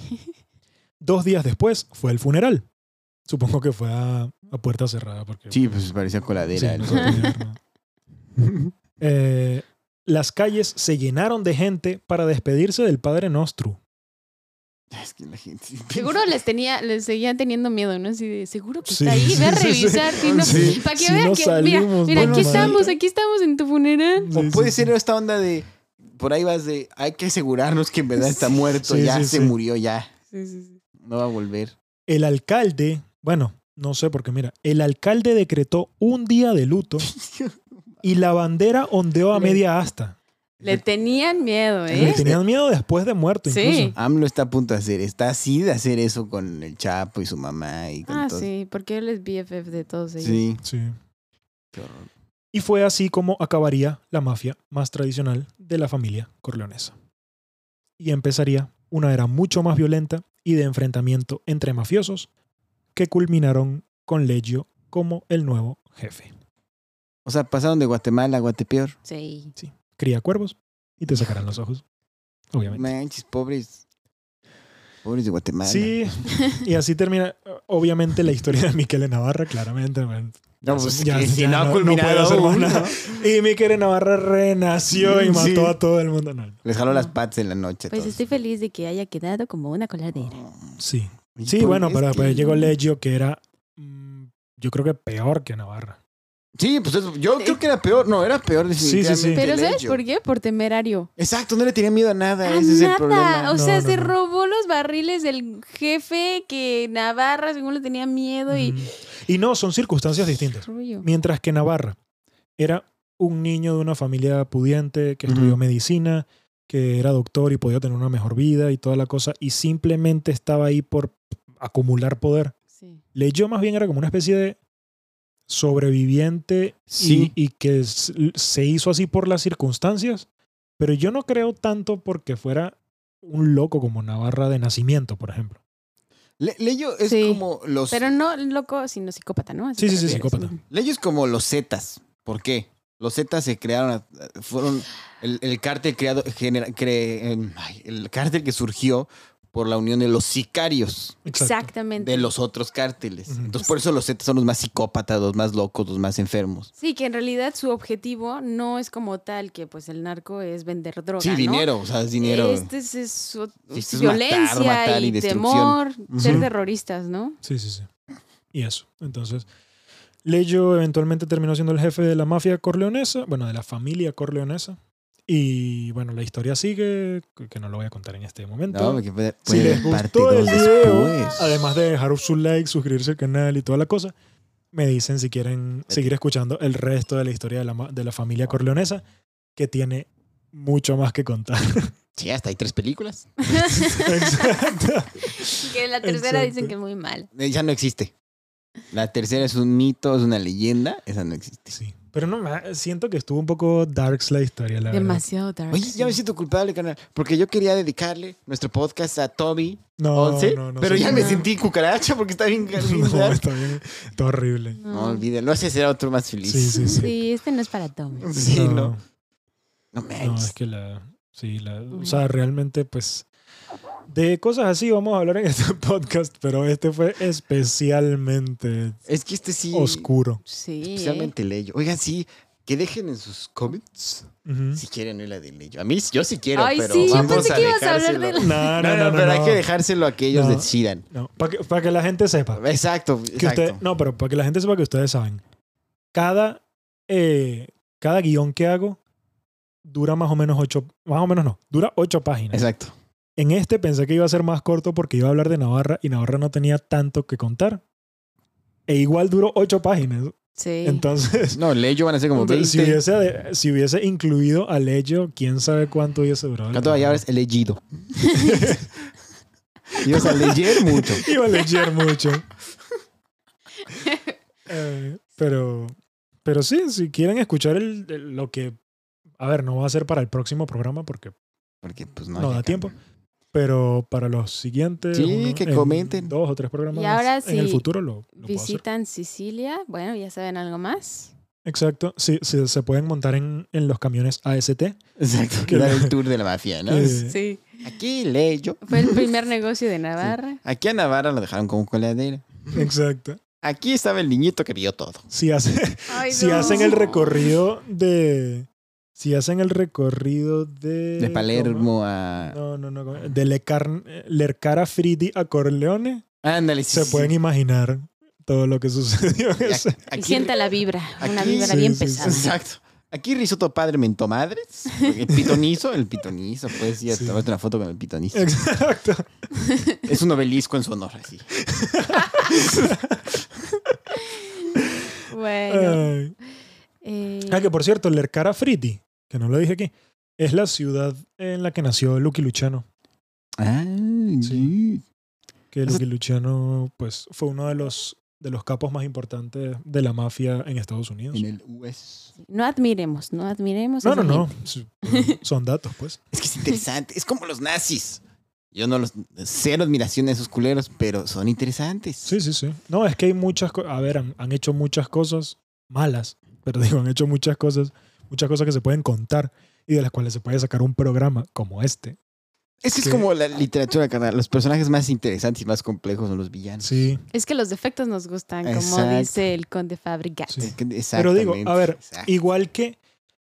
[SPEAKER 1] Dos días después fue el funeral. Supongo que fue a, a puerta cerrada porque...
[SPEAKER 3] Sí, pues parecía
[SPEAKER 1] Sí,
[SPEAKER 3] coladera.
[SPEAKER 1] no
[SPEAKER 3] el-
[SPEAKER 1] se podía ver nada. Eh, las calles se llenaron de gente para despedirse del Padre Nostru.
[SPEAKER 3] es que la gente.
[SPEAKER 2] Seguro les tenía, les seguían teniendo miedo, ¿no? Así de, seguro que
[SPEAKER 1] Sí,
[SPEAKER 2] está ahí, ve a
[SPEAKER 1] sí, sí,
[SPEAKER 2] revisar.
[SPEAKER 1] sí.
[SPEAKER 2] si no-
[SPEAKER 1] Sí,
[SPEAKER 2] para que
[SPEAKER 1] si
[SPEAKER 2] vean
[SPEAKER 1] no
[SPEAKER 2] que,
[SPEAKER 1] salimos,
[SPEAKER 2] mira, mira,
[SPEAKER 1] bueno,
[SPEAKER 2] aquí estamos,
[SPEAKER 1] madre.
[SPEAKER 2] aquí estamos en tu funeral.
[SPEAKER 3] O
[SPEAKER 1] Sí,
[SPEAKER 3] puede
[SPEAKER 1] sí,
[SPEAKER 3] ser
[SPEAKER 1] sí.
[SPEAKER 3] esta onda de. Por ahí vas de. Hay que asegurarnos que en verdad está muerto.
[SPEAKER 1] Sí,
[SPEAKER 3] ya
[SPEAKER 1] sí,
[SPEAKER 3] se
[SPEAKER 1] sí.
[SPEAKER 3] murió, ya.
[SPEAKER 2] Sí, sí, sí.
[SPEAKER 3] No va a volver.
[SPEAKER 1] El alcalde, bueno, no sé porque mira, el alcalde decretó un día de luto y la bandera ondeó a
[SPEAKER 2] Le-
[SPEAKER 1] media asta.
[SPEAKER 2] Le tenían miedo,
[SPEAKER 1] Le
[SPEAKER 2] ¿eh?
[SPEAKER 1] tenían miedo después de muerto
[SPEAKER 2] Sí.
[SPEAKER 1] incluso.
[SPEAKER 3] AMLO está a punto de hacer. Está así de hacer eso con el Chapo y su mamá y con
[SPEAKER 2] Ah,
[SPEAKER 3] todo.
[SPEAKER 2] sí, porque él es BFF de todos ellos.
[SPEAKER 3] Sí.
[SPEAKER 1] Sí.
[SPEAKER 3] Qué horror.
[SPEAKER 1] Y fue así como acabaría la mafia más tradicional de la familia corleonesa. Y empezaría una era mucho más violenta y de enfrentamiento entre mafiosos que culminaron con Leggio como el nuevo jefe.
[SPEAKER 3] O sea, pasaron de Guatemala a Guatepeor.
[SPEAKER 2] Sí.
[SPEAKER 1] Cría cuervos y te sacarán los ojos, obviamente.
[SPEAKER 3] Manches, pobres. Pobres de Guatemala.
[SPEAKER 1] Sí, y así termina obviamente la historia de Miquel Navarra, claramente. man.
[SPEAKER 3] No, pues,
[SPEAKER 1] Ya-
[SPEAKER 3] que si
[SPEAKER 1] ya
[SPEAKER 3] no ha
[SPEAKER 1] no- no
[SPEAKER 3] culminado
[SPEAKER 1] puedo hacer más
[SPEAKER 3] aún,
[SPEAKER 1] nada.
[SPEAKER 3] ¿no?
[SPEAKER 1] Y Miquel Navarra renació y
[SPEAKER 3] Sí.
[SPEAKER 1] mató a todo el mundo. No,
[SPEAKER 3] Les jaló las patas en la noche.
[SPEAKER 2] Pues
[SPEAKER 3] todos.
[SPEAKER 2] estoy feliz de que haya quedado como una coladera.
[SPEAKER 1] sí,
[SPEAKER 3] Y
[SPEAKER 1] Sí,
[SPEAKER 3] por-
[SPEAKER 1] bueno,
[SPEAKER 3] Pues es
[SPEAKER 1] pero, pues,
[SPEAKER 3] que-
[SPEAKER 1] pero llegó Leggio que era, mm, yo creo que peor que Navarra.
[SPEAKER 3] Sí, pues eso- yo creo que era peor. No, era peor
[SPEAKER 1] sí, sí.
[SPEAKER 3] definitivamente.
[SPEAKER 2] Pero ¿sabes
[SPEAKER 3] Leggio.
[SPEAKER 2] por qué? Por temerario.
[SPEAKER 3] Exacto, no le tenía miedo a nada.
[SPEAKER 2] A
[SPEAKER 3] ese es el
[SPEAKER 2] Ah, nada.
[SPEAKER 3] problema.
[SPEAKER 2] O sea,
[SPEAKER 1] No, no,
[SPEAKER 2] se
[SPEAKER 1] no.
[SPEAKER 2] robó los barriles del jefe que Navarra, según le tenía miedo y.
[SPEAKER 1] Ujú. Y no, son circunstancias distintas.
[SPEAKER 2] Rollo.
[SPEAKER 1] Mientras que Navarra era un niño de una familia pudiente que
[SPEAKER 3] Ujú.
[SPEAKER 1] estudió medicina, que era doctor y podía tener una mejor vida y toda la cosa, y simplemente estaba ahí por acumular poder.
[SPEAKER 2] Sí.
[SPEAKER 1] Leyó más bien era como una especie de sobreviviente y-
[SPEAKER 3] Sí.
[SPEAKER 1] y, que s- se hizo así por las circunstancias, pero yo no creo tanto porque fuera un loco como Navarra de nacimiento, por ejemplo.
[SPEAKER 3] Le- Leyo es
[SPEAKER 2] Sí.
[SPEAKER 3] como los.
[SPEAKER 2] Pero no loco, sino psicópata, ¿no?
[SPEAKER 1] Sí,
[SPEAKER 2] te
[SPEAKER 1] sí, sí,
[SPEAKER 2] refieres.
[SPEAKER 1] psicópata.
[SPEAKER 2] Ujú.
[SPEAKER 3] Leyo es como los Zetas. ¿Por qué? Los Zetas se crearon. a- Fueron. El, el cártel creado. genera- cre- em, ay, el cártel que surgió por la unión de los sicarios
[SPEAKER 2] Exactamente.
[SPEAKER 3] de los otros cárteles.
[SPEAKER 1] Ujú.
[SPEAKER 3] Entonces, por eso los Zetas son los más psicópatas, los más locos, los más enfermos.
[SPEAKER 2] Sí, que en realidad su objetivo no es como tal que pues el narco es vender droga.
[SPEAKER 3] Sí,
[SPEAKER 2] ¿no?
[SPEAKER 3] dinero, o sea, es dinero.
[SPEAKER 2] Este es, es su-
[SPEAKER 3] Este es
[SPEAKER 2] violencia
[SPEAKER 3] matar, matar y
[SPEAKER 2] y,
[SPEAKER 3] destrucción.
[SPEAKER 2] temor, ser
[SPEAKER 3] Ujú.
[SPEAKER 2] terroristas, ¿no?
[SPEAKER 1] Sí, sí, sí. Y eso. Entonces, Leyo eventualmente terminó siendo el jefe de la mafia corleonesa, bueno, de la familia corleonesa. Y bueno, la historia sigue, que- que no lo voy a contar en este momento.
[SPEAKER 3] No, porque puede,
[SPEAKER 1] si
[SPEAKER 3] puede
[SPEAKER 1] les
[SPEAKER 3] parte
[SPEAKER 1] gustó el
[SPEAKER 3] dos
[SPEAKER 1] video,
[SPEAKER 3] después.
[SPEAKER 1] además de dejar su like, suscribirse al canal y toda la cosa, me dicen si quieren seguir escuchando el resto de la historia de la, ma- de la familia corleonesa, que tiene mucho más que contar.
[SPEAKER 3] Sí, hasta hay tres películas.
[SPEAKER 1] Exacto.
[SPEAKER 2] Que la tercera
[SPEAKER 1] Exacto.
[SPEAKER 2] dicen que es muy mal.
[SPEAKER 3] Eh, Ya no existe. La tercera es un mito, es una leyenda. Esa no existe.
[SPEAKER 1] Sí. Pero no, ma- siento que estuvo un poco darks la historia, la verdad.
[SPEAKER 2] Demasiado dark.
[SPEAKER 3] Oye, ya me siento culpable, canal, porque yo quería dedicarle nuestro podcast a Toby
[SPEAKER 1] No,
[SPEAKER 3] 11,
[SPEAKER 1] no, no
[SPEAKER 3] ¿Oh, pero
[SPEAKER 1] sé
[SPEAKER 3] ya
[SPEAKER 1] qué-
[SPEAKER 3] me
[SPEAKER 2] no.
[SPEAKER 3] sentí cucaracha porque está bien. bien
[SPEAKER 1] No,
[SPEAKER 3] dark.
[SPEAKER 1] está bien. Está horrible.
[SPEAKER 3] No,
[SPEAKER 2] No.
[SPEAKER 3] olvídalo, ese será otro más feliz.
[SPEAKER 1] Sí, sí, sí.
[SPEAKER 2] Sí, este no es para Tommy.
[SPEAKER 3] Sí, no.
[SPEAKER 1] no,
[SPEAKER 3] No,
[SPEAKER 1] no,
[SPEAKER 3] manches.
[SPEAKER 1] es que la. Sí, la. O sea, realmente, pues. De cosas así vamos a hablar en este podcast, pero este fue especialmente
[SPEAKER 3] Es que este sí.
[SPEAKER 1] oscuro.
[SPEAKER 2] Sí. ¿eh?
[SPEAKER 3] Especialmente Leyo. Oigan, sí, que dejen en sus comments
[SPEAKER 1] Ujú.
[SPEAKER 3] si quieren oír la de Leyo. A mí, yo sí quiero,
[SPEAKER 2] Ay,
[SPEAKER 3] pero
[SPEAKER 2] sí, yo
[SPEAKER 3] vamos
[SPEAKER 2] pensé
[SPEAKER 3] a
[SPEAKER 2] que ibas a hablar
[SPEAKER 3] dejárselo.
[SPEAKER 2] de la-
[SPEAKER 1] No, no, no, no,
[SPEAKER 3] pero
[SPEAKER 1] no.
[SPEAKER 3] hay que dejárselo a que ellos
[SPEAKER 1] No.
[SPEAKER 3] decidan.
[SPEAKER 1] No, para que, para que la gente sepa.
[SPEAKER 3] Exacto,
[SPEAKER 1] Que
[SPEAKER 3] exacto.
[SPEAKER 1] usted, no, pero para que la gente sepa que ustedes saben. Cada, eh, cada guión que hago dura más o menos ocho. Más o menos no. Dura ocho páginas.
[SPEAKER 3] Exacto.
[SPEAKER 1] En este pensé que iba a ser más corto porque iba a hablar de Navarra y Navarra no tenía tanto que contar. E igual duró ocho páginas.
[SPEAKER 2] Sí.
[SPEAKER 1] Entonces,
[SPEAKER 3] No, Leyo van a ser como 20.
[SPEAKER 1] si hubiese, de- si hubiese incluido a Leyo, quién sabe cuánto hubiese durado. el
[SPEAKER 3] ¿Cuánto
[SPEAKER 1] trabajo.
[SPEAKER 3] palabras? Elegido. Ibas a leer mucho.
[SPEAKER 1] Iba a leer mucho. Eh, pero, pero sí, si quieren escuchar el, el- lo que... A ver, no va a ser para el próximo programa porque
[SPEAKER 3] Porque pues no.
[SPEAKER 1] no, da tiempo. Pero para los siguientes...
[SPEAKER 3] Sí, que
[SPEAKER 1] en
[SPEAKER 3] comenten.
[SPEAKER 1] Dos o tres programas
[SPEAKER 2] Y ahora
[SPEAKER 1] en el
[SPEAKER 2] sí,
[SPEAKER 1] futuro lo, lo puedo hacer.
[SPEAKER 2] Visitan Sicilia. Bueno, ya saben algo más.
[SPEAKER 1] Exacto, sí, sí, se pueden montar en, en los camiones AST.
[SPEAKER 3] Exacto.
[SPEAKER 1] Que
[SPEAKER 3] Que dar
[SPEAKER 1] la-
[SPEAKER 3] el tour de la mafia, ¿no?
[SPEAKER 1] que-
[SPEAKER 2] Sí.
[SPEAKER 3] Aquí Leyo.
[SPEAKER 2] Fue el primer negocio de Navarra.
[SPEAKER 3] Aquí a Navarra lo dejaron como coladera.
[SPEAKER 1] Exacto.
[SPEAKER 3] Aquí estaba el niñito que vio todo.
[SPEAKER 1] Si, hace- si hacen el recorrido de... Si hacen el recorrido de...
[SPEAKER 3] De
[SPEAKER 1] ¿cómo?
[SPEAKER 3] Palermo a.
[SPEAKER 1] No, no, no. ¿cómo? De Lecar- Lercara Fridi a Corleone.
[SPEAKER 3] Ándale, sí,
[SPEAKER 1] Se
[SPEAKER 3] sí,
[SPEAKER 1] pueden
[SPEAKER 3] sí.
[SPEAKER 1] imaginar todo lo que sucedió. en
[SPEAKER 3] Y a-
[SPEAKER 1] ese-
[SPEAKER 2] Y
[SPEAKER 3] Aquí,
[SPEAKER 2] sienta la vibra, una
[SPEAKER 3] aquí-
[SPEAKER 2] vibra
[SPEAKER 1] Sí,
[SPEAKER 2] bien
[SPEAKER 1] sí, sí.
[SPEAKER 2] pesada.
[SPEAKER 3] Exacto. Aquí Risotto Padre mentó madres. El pitonizo, el pitonizo. Puedes ir a
[SPEAKER 1] Sí.
[SPEAKER 3] tomarte una foto con el pitonizo.
[SPEAKER 1] Exacto.
[SPEAKER 3] Es un obelisco en su honor, así.
[SPEAKER 2] Bueno.
[SPEAKER 1] Ay.
[SPEAKER 2] eh,
[SPEAKER 1] Ah, que por cierto, Lercara Fridi, que no lo dije aquí, es la ciudad en la que nació Lucky Luciano.
[SPEAKER 3] Ah,
[SPEAKER 1] Sí. Que
[SPEAKER 3] O sea-
[SPEAKER 1] Lucky Luciano, pues, fue uno de los, de los capos más importantes de la mafia en Estados Unidos.
[SPEAKER 3] En el US.
[SPEAKER 2] no admiremos, no admiremos.
[SPEAKER 1] No,
[SPEAKER 2] a
[SPEAKER 1] no,
[SPEAKER 2] esa
[SPEAKER 1] no.
[SPEAKER 2] gente.
[SPEAKER 1] Su- bueno, Son datos, pues.
[SPEAKER 3] Es que es interesante. Es como los nazis. Yo no los. Cero admiración a esos culeros, pero son interesantes.
[SPEAKER 1] Sí, sí, sí. No, es que hay muchas cosas. A ver, han, han hecho muchas cosas malas, pero digo, han hecho muchas cosas, muchas cosas que se pueden contar y de las cuales se puede sacar un programa como este.
[SPEAKER 3] Es que
[SPEAKER 1] Sí.
[SPEAKER 3] es como la literatura, carnal. Los personajes más interesantes y más complejos son los villanos.
[SPEAKER 1] Sí.
[SPEAKER 2] Es que los defectos nos gustan,
[SPEAKER 3] Exacto.
[SPEAKER 2] como dice el conde Fabregat.
[SPEAKER 1] Sí.
[SPEAKER 3] Es que-
[SPEAKER 1] Pero digo,
[SPEAKER 3] exactamente,
[SPEAKER 1] a ver,
[SPEAKER 3] exacto.
[SPEAKER 1] igual que,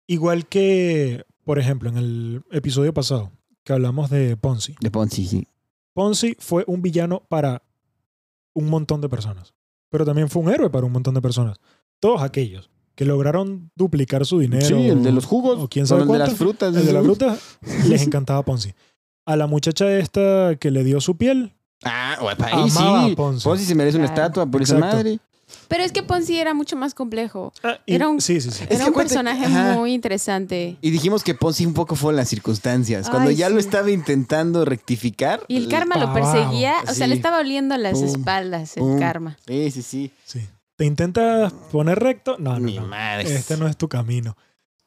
[SPEAKER 1] igual que, por ejemplo, en el episodio pasado que hablamos de Ponzi.
[SPEAKER 3] De Ponzi, sí.
[SPEAKER 1] Ponzi fue un villano para un montón de personas. Pero también fue un héroe para un montón de personas. Todos aquellos que lograron duplicar su dinero.
[SPEAKER 3] Sí, el de los jugos.
[SPEAKER 1] O quién sabe
[SPEAKER 3] el de
[SPEAKER 1] cuánto.
[SPEAKER 3] las frutas.
[SPEAKER 1] El de la
[SPEAKER 3] seguro.
[SPEAKER 1] fruta les encantaba Ponzi. A la muchacha esta que le dio su piel,
[SPEAKER 3] Ah, güey, pa'
[SPEAKER 1] Amaba
[SPEAKER 3] ahí sí.
[SPEAKER 1] a Ponzi.
[SPEAKER 3] Ponzi se merece una
[SPEAKER 2] Claro.
[SPEAKER 3] estatua por esa
[SPEAKER 1] Exacto.
[SPEAKER 3] madre.
[SPEAKER 2] Pero es que Ponzi era mucho más complejo.
[SPEAKER 1] y-
[SPEAKER 2] Ah, Era un-
[SPEAKER 1] sí, sí, sí.
[SPEAKER 3] Es
[SPEAKER 2] Era
[SPEAKER 3] que
[SPEAKER 2] un
[SPEAKER 3] acuérdate-
[SPEAKER 2] personaje
[SPEAKER 3] ajá.
[SPEAKER 2] muy interesante.
[SPEAKER 3] Y dijimos que Ponzi un poco fue en las circunstancias. Cuando
[SPEAKER 2] Ay,
[SPEAKER 3] ya
[SPEAKER 2] sí.
[SPEAKER 3] lo estaba intentando rectificar.
[SPEAKER 2] Y el karma lo
[SPEAKER 1] pavao.
[SPEAKER 2] perseguía, o sea, le
[SPEAKER 3] Sí.
[SPEAKER 2] estaba oliendo las
[SPEAKER 3] Pum,
[SPEAKER 2] espaldas el
[SPEAKER 3] pum.
[SPEAKER 2] karma.
[SPEAKER 3] Sí, sí, sí.
[SPEAKER 1] sí. ¿Te intentas poner recto? Ah, No,
[SPEAKER 3] Mi
[SPEAKER 1] no, no.
[SPEAKER 3] madre.
[SPEAKER 1] Este no es tu camino.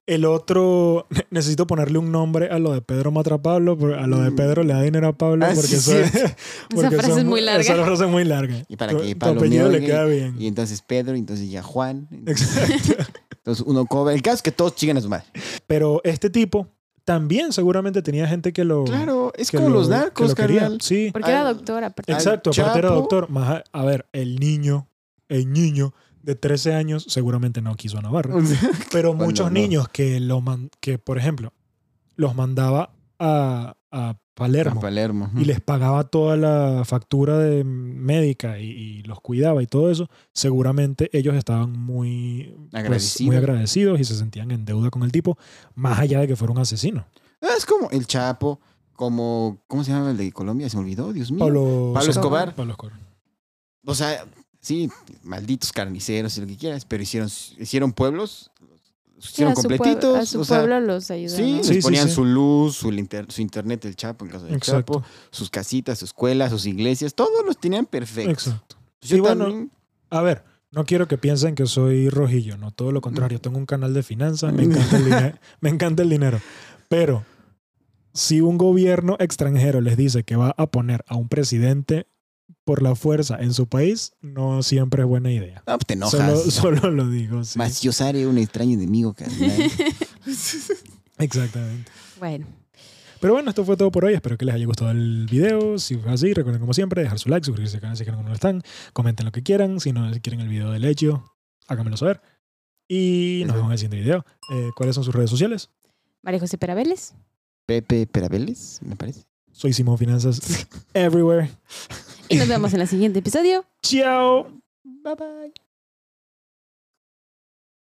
[SPEAKER 1] El otro, necesito ponerle un nombre a lo de Pedro mata a Pablo, por- a lo de Pedro le da dinero a Pablo
[SPEAKER 3] Mm. Ah, sí,
[SPEAKER 1] porque,
[SPEAKER 3] sí.
[SPEAKER 1] eso-
[SPEAKER 3] Esa
[SPEAKER 1] porque
[SPEAKER 2] frase
[SPEAKER 1] son-
[SPEAKER 2] es muy larga.
[SPEAKER 1] Esa frase es muy larga.
[SPEAKER 3] Y para
[SPEAKER 1] Tu-
[SPEAKER 3] que
[SPEAKER 1] tu
[SPEAKER 3] Pablo
[SPEAKER 1] apellido le
[SPEAKER 3] niegue
[SPEAKER 1] queda bien.
[SPEAKER 3] Y entonces Pedro, y entonces ya Juan.
[SPEAKER 1] Exacto.
[SPEAKER 3] Entonces uno cobra. El caso es que todos chingan a su madre.
[SPEAKER 1] Pero este tipo también seguramente tenía gente que lo
[SPEAKER 3] Claro, es
[SPEAKER 1] Oh, que
[SPEAKER 3] como
[SPEAKER 1] lo-
[SPEAKER 3] los
[SPEAKER 1] que
[SPEAKER 3] narcos,
[SPEAKER 1] lo quería.
[SPEAKER 3] carnal.
[SPEAKER 1] Sí.
[SPEAKER 2] Porque era
[SPEAKER 3] Al-
[SPEAKER 2] doctora, aparte.
[SPEAKER 3] al
[SPEAKER 1] Exacto, aparte era
[SPEAKER 3] Chapo.
[SPEAKER 1] doctor. Más a, a ver, el niño, el niño de 13 años seguramente no quiso a Navarro. Pero
[SPEAKER 3] Bueno,
[SPEAKER 1] muchos
[SPEAKER 3] no.
[SPEAKER 1] niños que, lo man- que, por ejemplo, los mandaba a, a Palermo
[SPEAKER 3] A Palermo.
[SPEAKER 1] y les pagaba toda la factura de médica y, y los cuidaba y todo eso, seguramente ellos estaban muy pues,
[SPEAKER 3] Agradecidos.
[SPEAKER 1] muy agradecidos y se sentían en deuda con el tipo, más allá de que fuera un asesino.
[SPEAKER 3] Ah, Es como el Chapo, como. ¿Cómo se llama el de Colombia? Se me olvidó, Dios mío.
[SPEAKER 1] Pablo,
[SPEAKER 3] Pablo Escobar.
[SPEAKER 1] Pablo Escobar.
[SPEAKER 3] O sea, sí, malditos carniceros y lo que quieras, pero hicieron, hicieron pueblos, los
[SPEAKER 2] Sí, a
[SPEAKER 3] hicieron
[SPEAKER 2] su pueblo-
[SPEAKER 3] completitos.
[SPEAKER 2] A su
[SPEAKER 3] o sea,
[SPEAKER 2] pueblo los ayudó.
[SPEAKER 3] sí,
[SPEAKER 2] ¿no?
[SPEAKER 3] les
[SPEAKER 1] Sí, sí,
[SPEAKER 3] ponían
[SPEAKER 1] sí.
[SPEAKER 3] su luz, su, linter- su internet, el Chapo, en caso del
[SPEAKER 1] Exacto.
[SPEAKER 3] Chapo, sus casitas, sus escuelas, sus iglesias, todos los tenían perfectos.
[SPEAKER 1] Exacto.
[SPEAKER 3] Yo
[SPEAKER 1] Y bueno,
[SPEAKER 3] también-
[SPEAKER 1] A ver, no quiero que piensen que soy rojillo, no, todo lo
[SPEAKER 3] Mm.
[SPEAKER 1] contrario, tengo un canal de finanzas, me encanta el, dine- me encanta el dinero, pero si un gobierno extranjero les dice que va a poner a un presidente por la fuerza en su país, no siempre es buena idea.
[SPEAKER 3] No, pues te enojas.
[SPEAKER 1] Solo, solo lo digo, sí.
[SPEAKER 3] Mas yo seré un extraño enemigo, carnal.
[SPEAKER 1] Exactamente.
[SPEAKER 2] Bueno,
[SPEAKER 1] Pero bueno, esto fue todo por hoy. Espero que les haya gustado el video. Si fue así, recuerden como siempre dejar su like, suscribirse al canal si es que no lo están. Comenten lo que quieran. Si no quieren el video del hecho, háganmelo saber. Y nos
[SPEAKER 3] Eso.
[SPEAKER 1] vemos en el siguiente video. Eh, ¿Cuáles son sus redes sociales?
[SPEAKER 2] María José Pera Vélez.
[SPEAKER 3] Pepe Perabeles, me parece.
[SPEAKER 1] Soy Simón Finanzas Everywhere.
[SPEAKER 2] Y nos vemos en el siguiente episodio.
[SPEAKER 1] Chao.
[SPEAKER 3] Bye bye.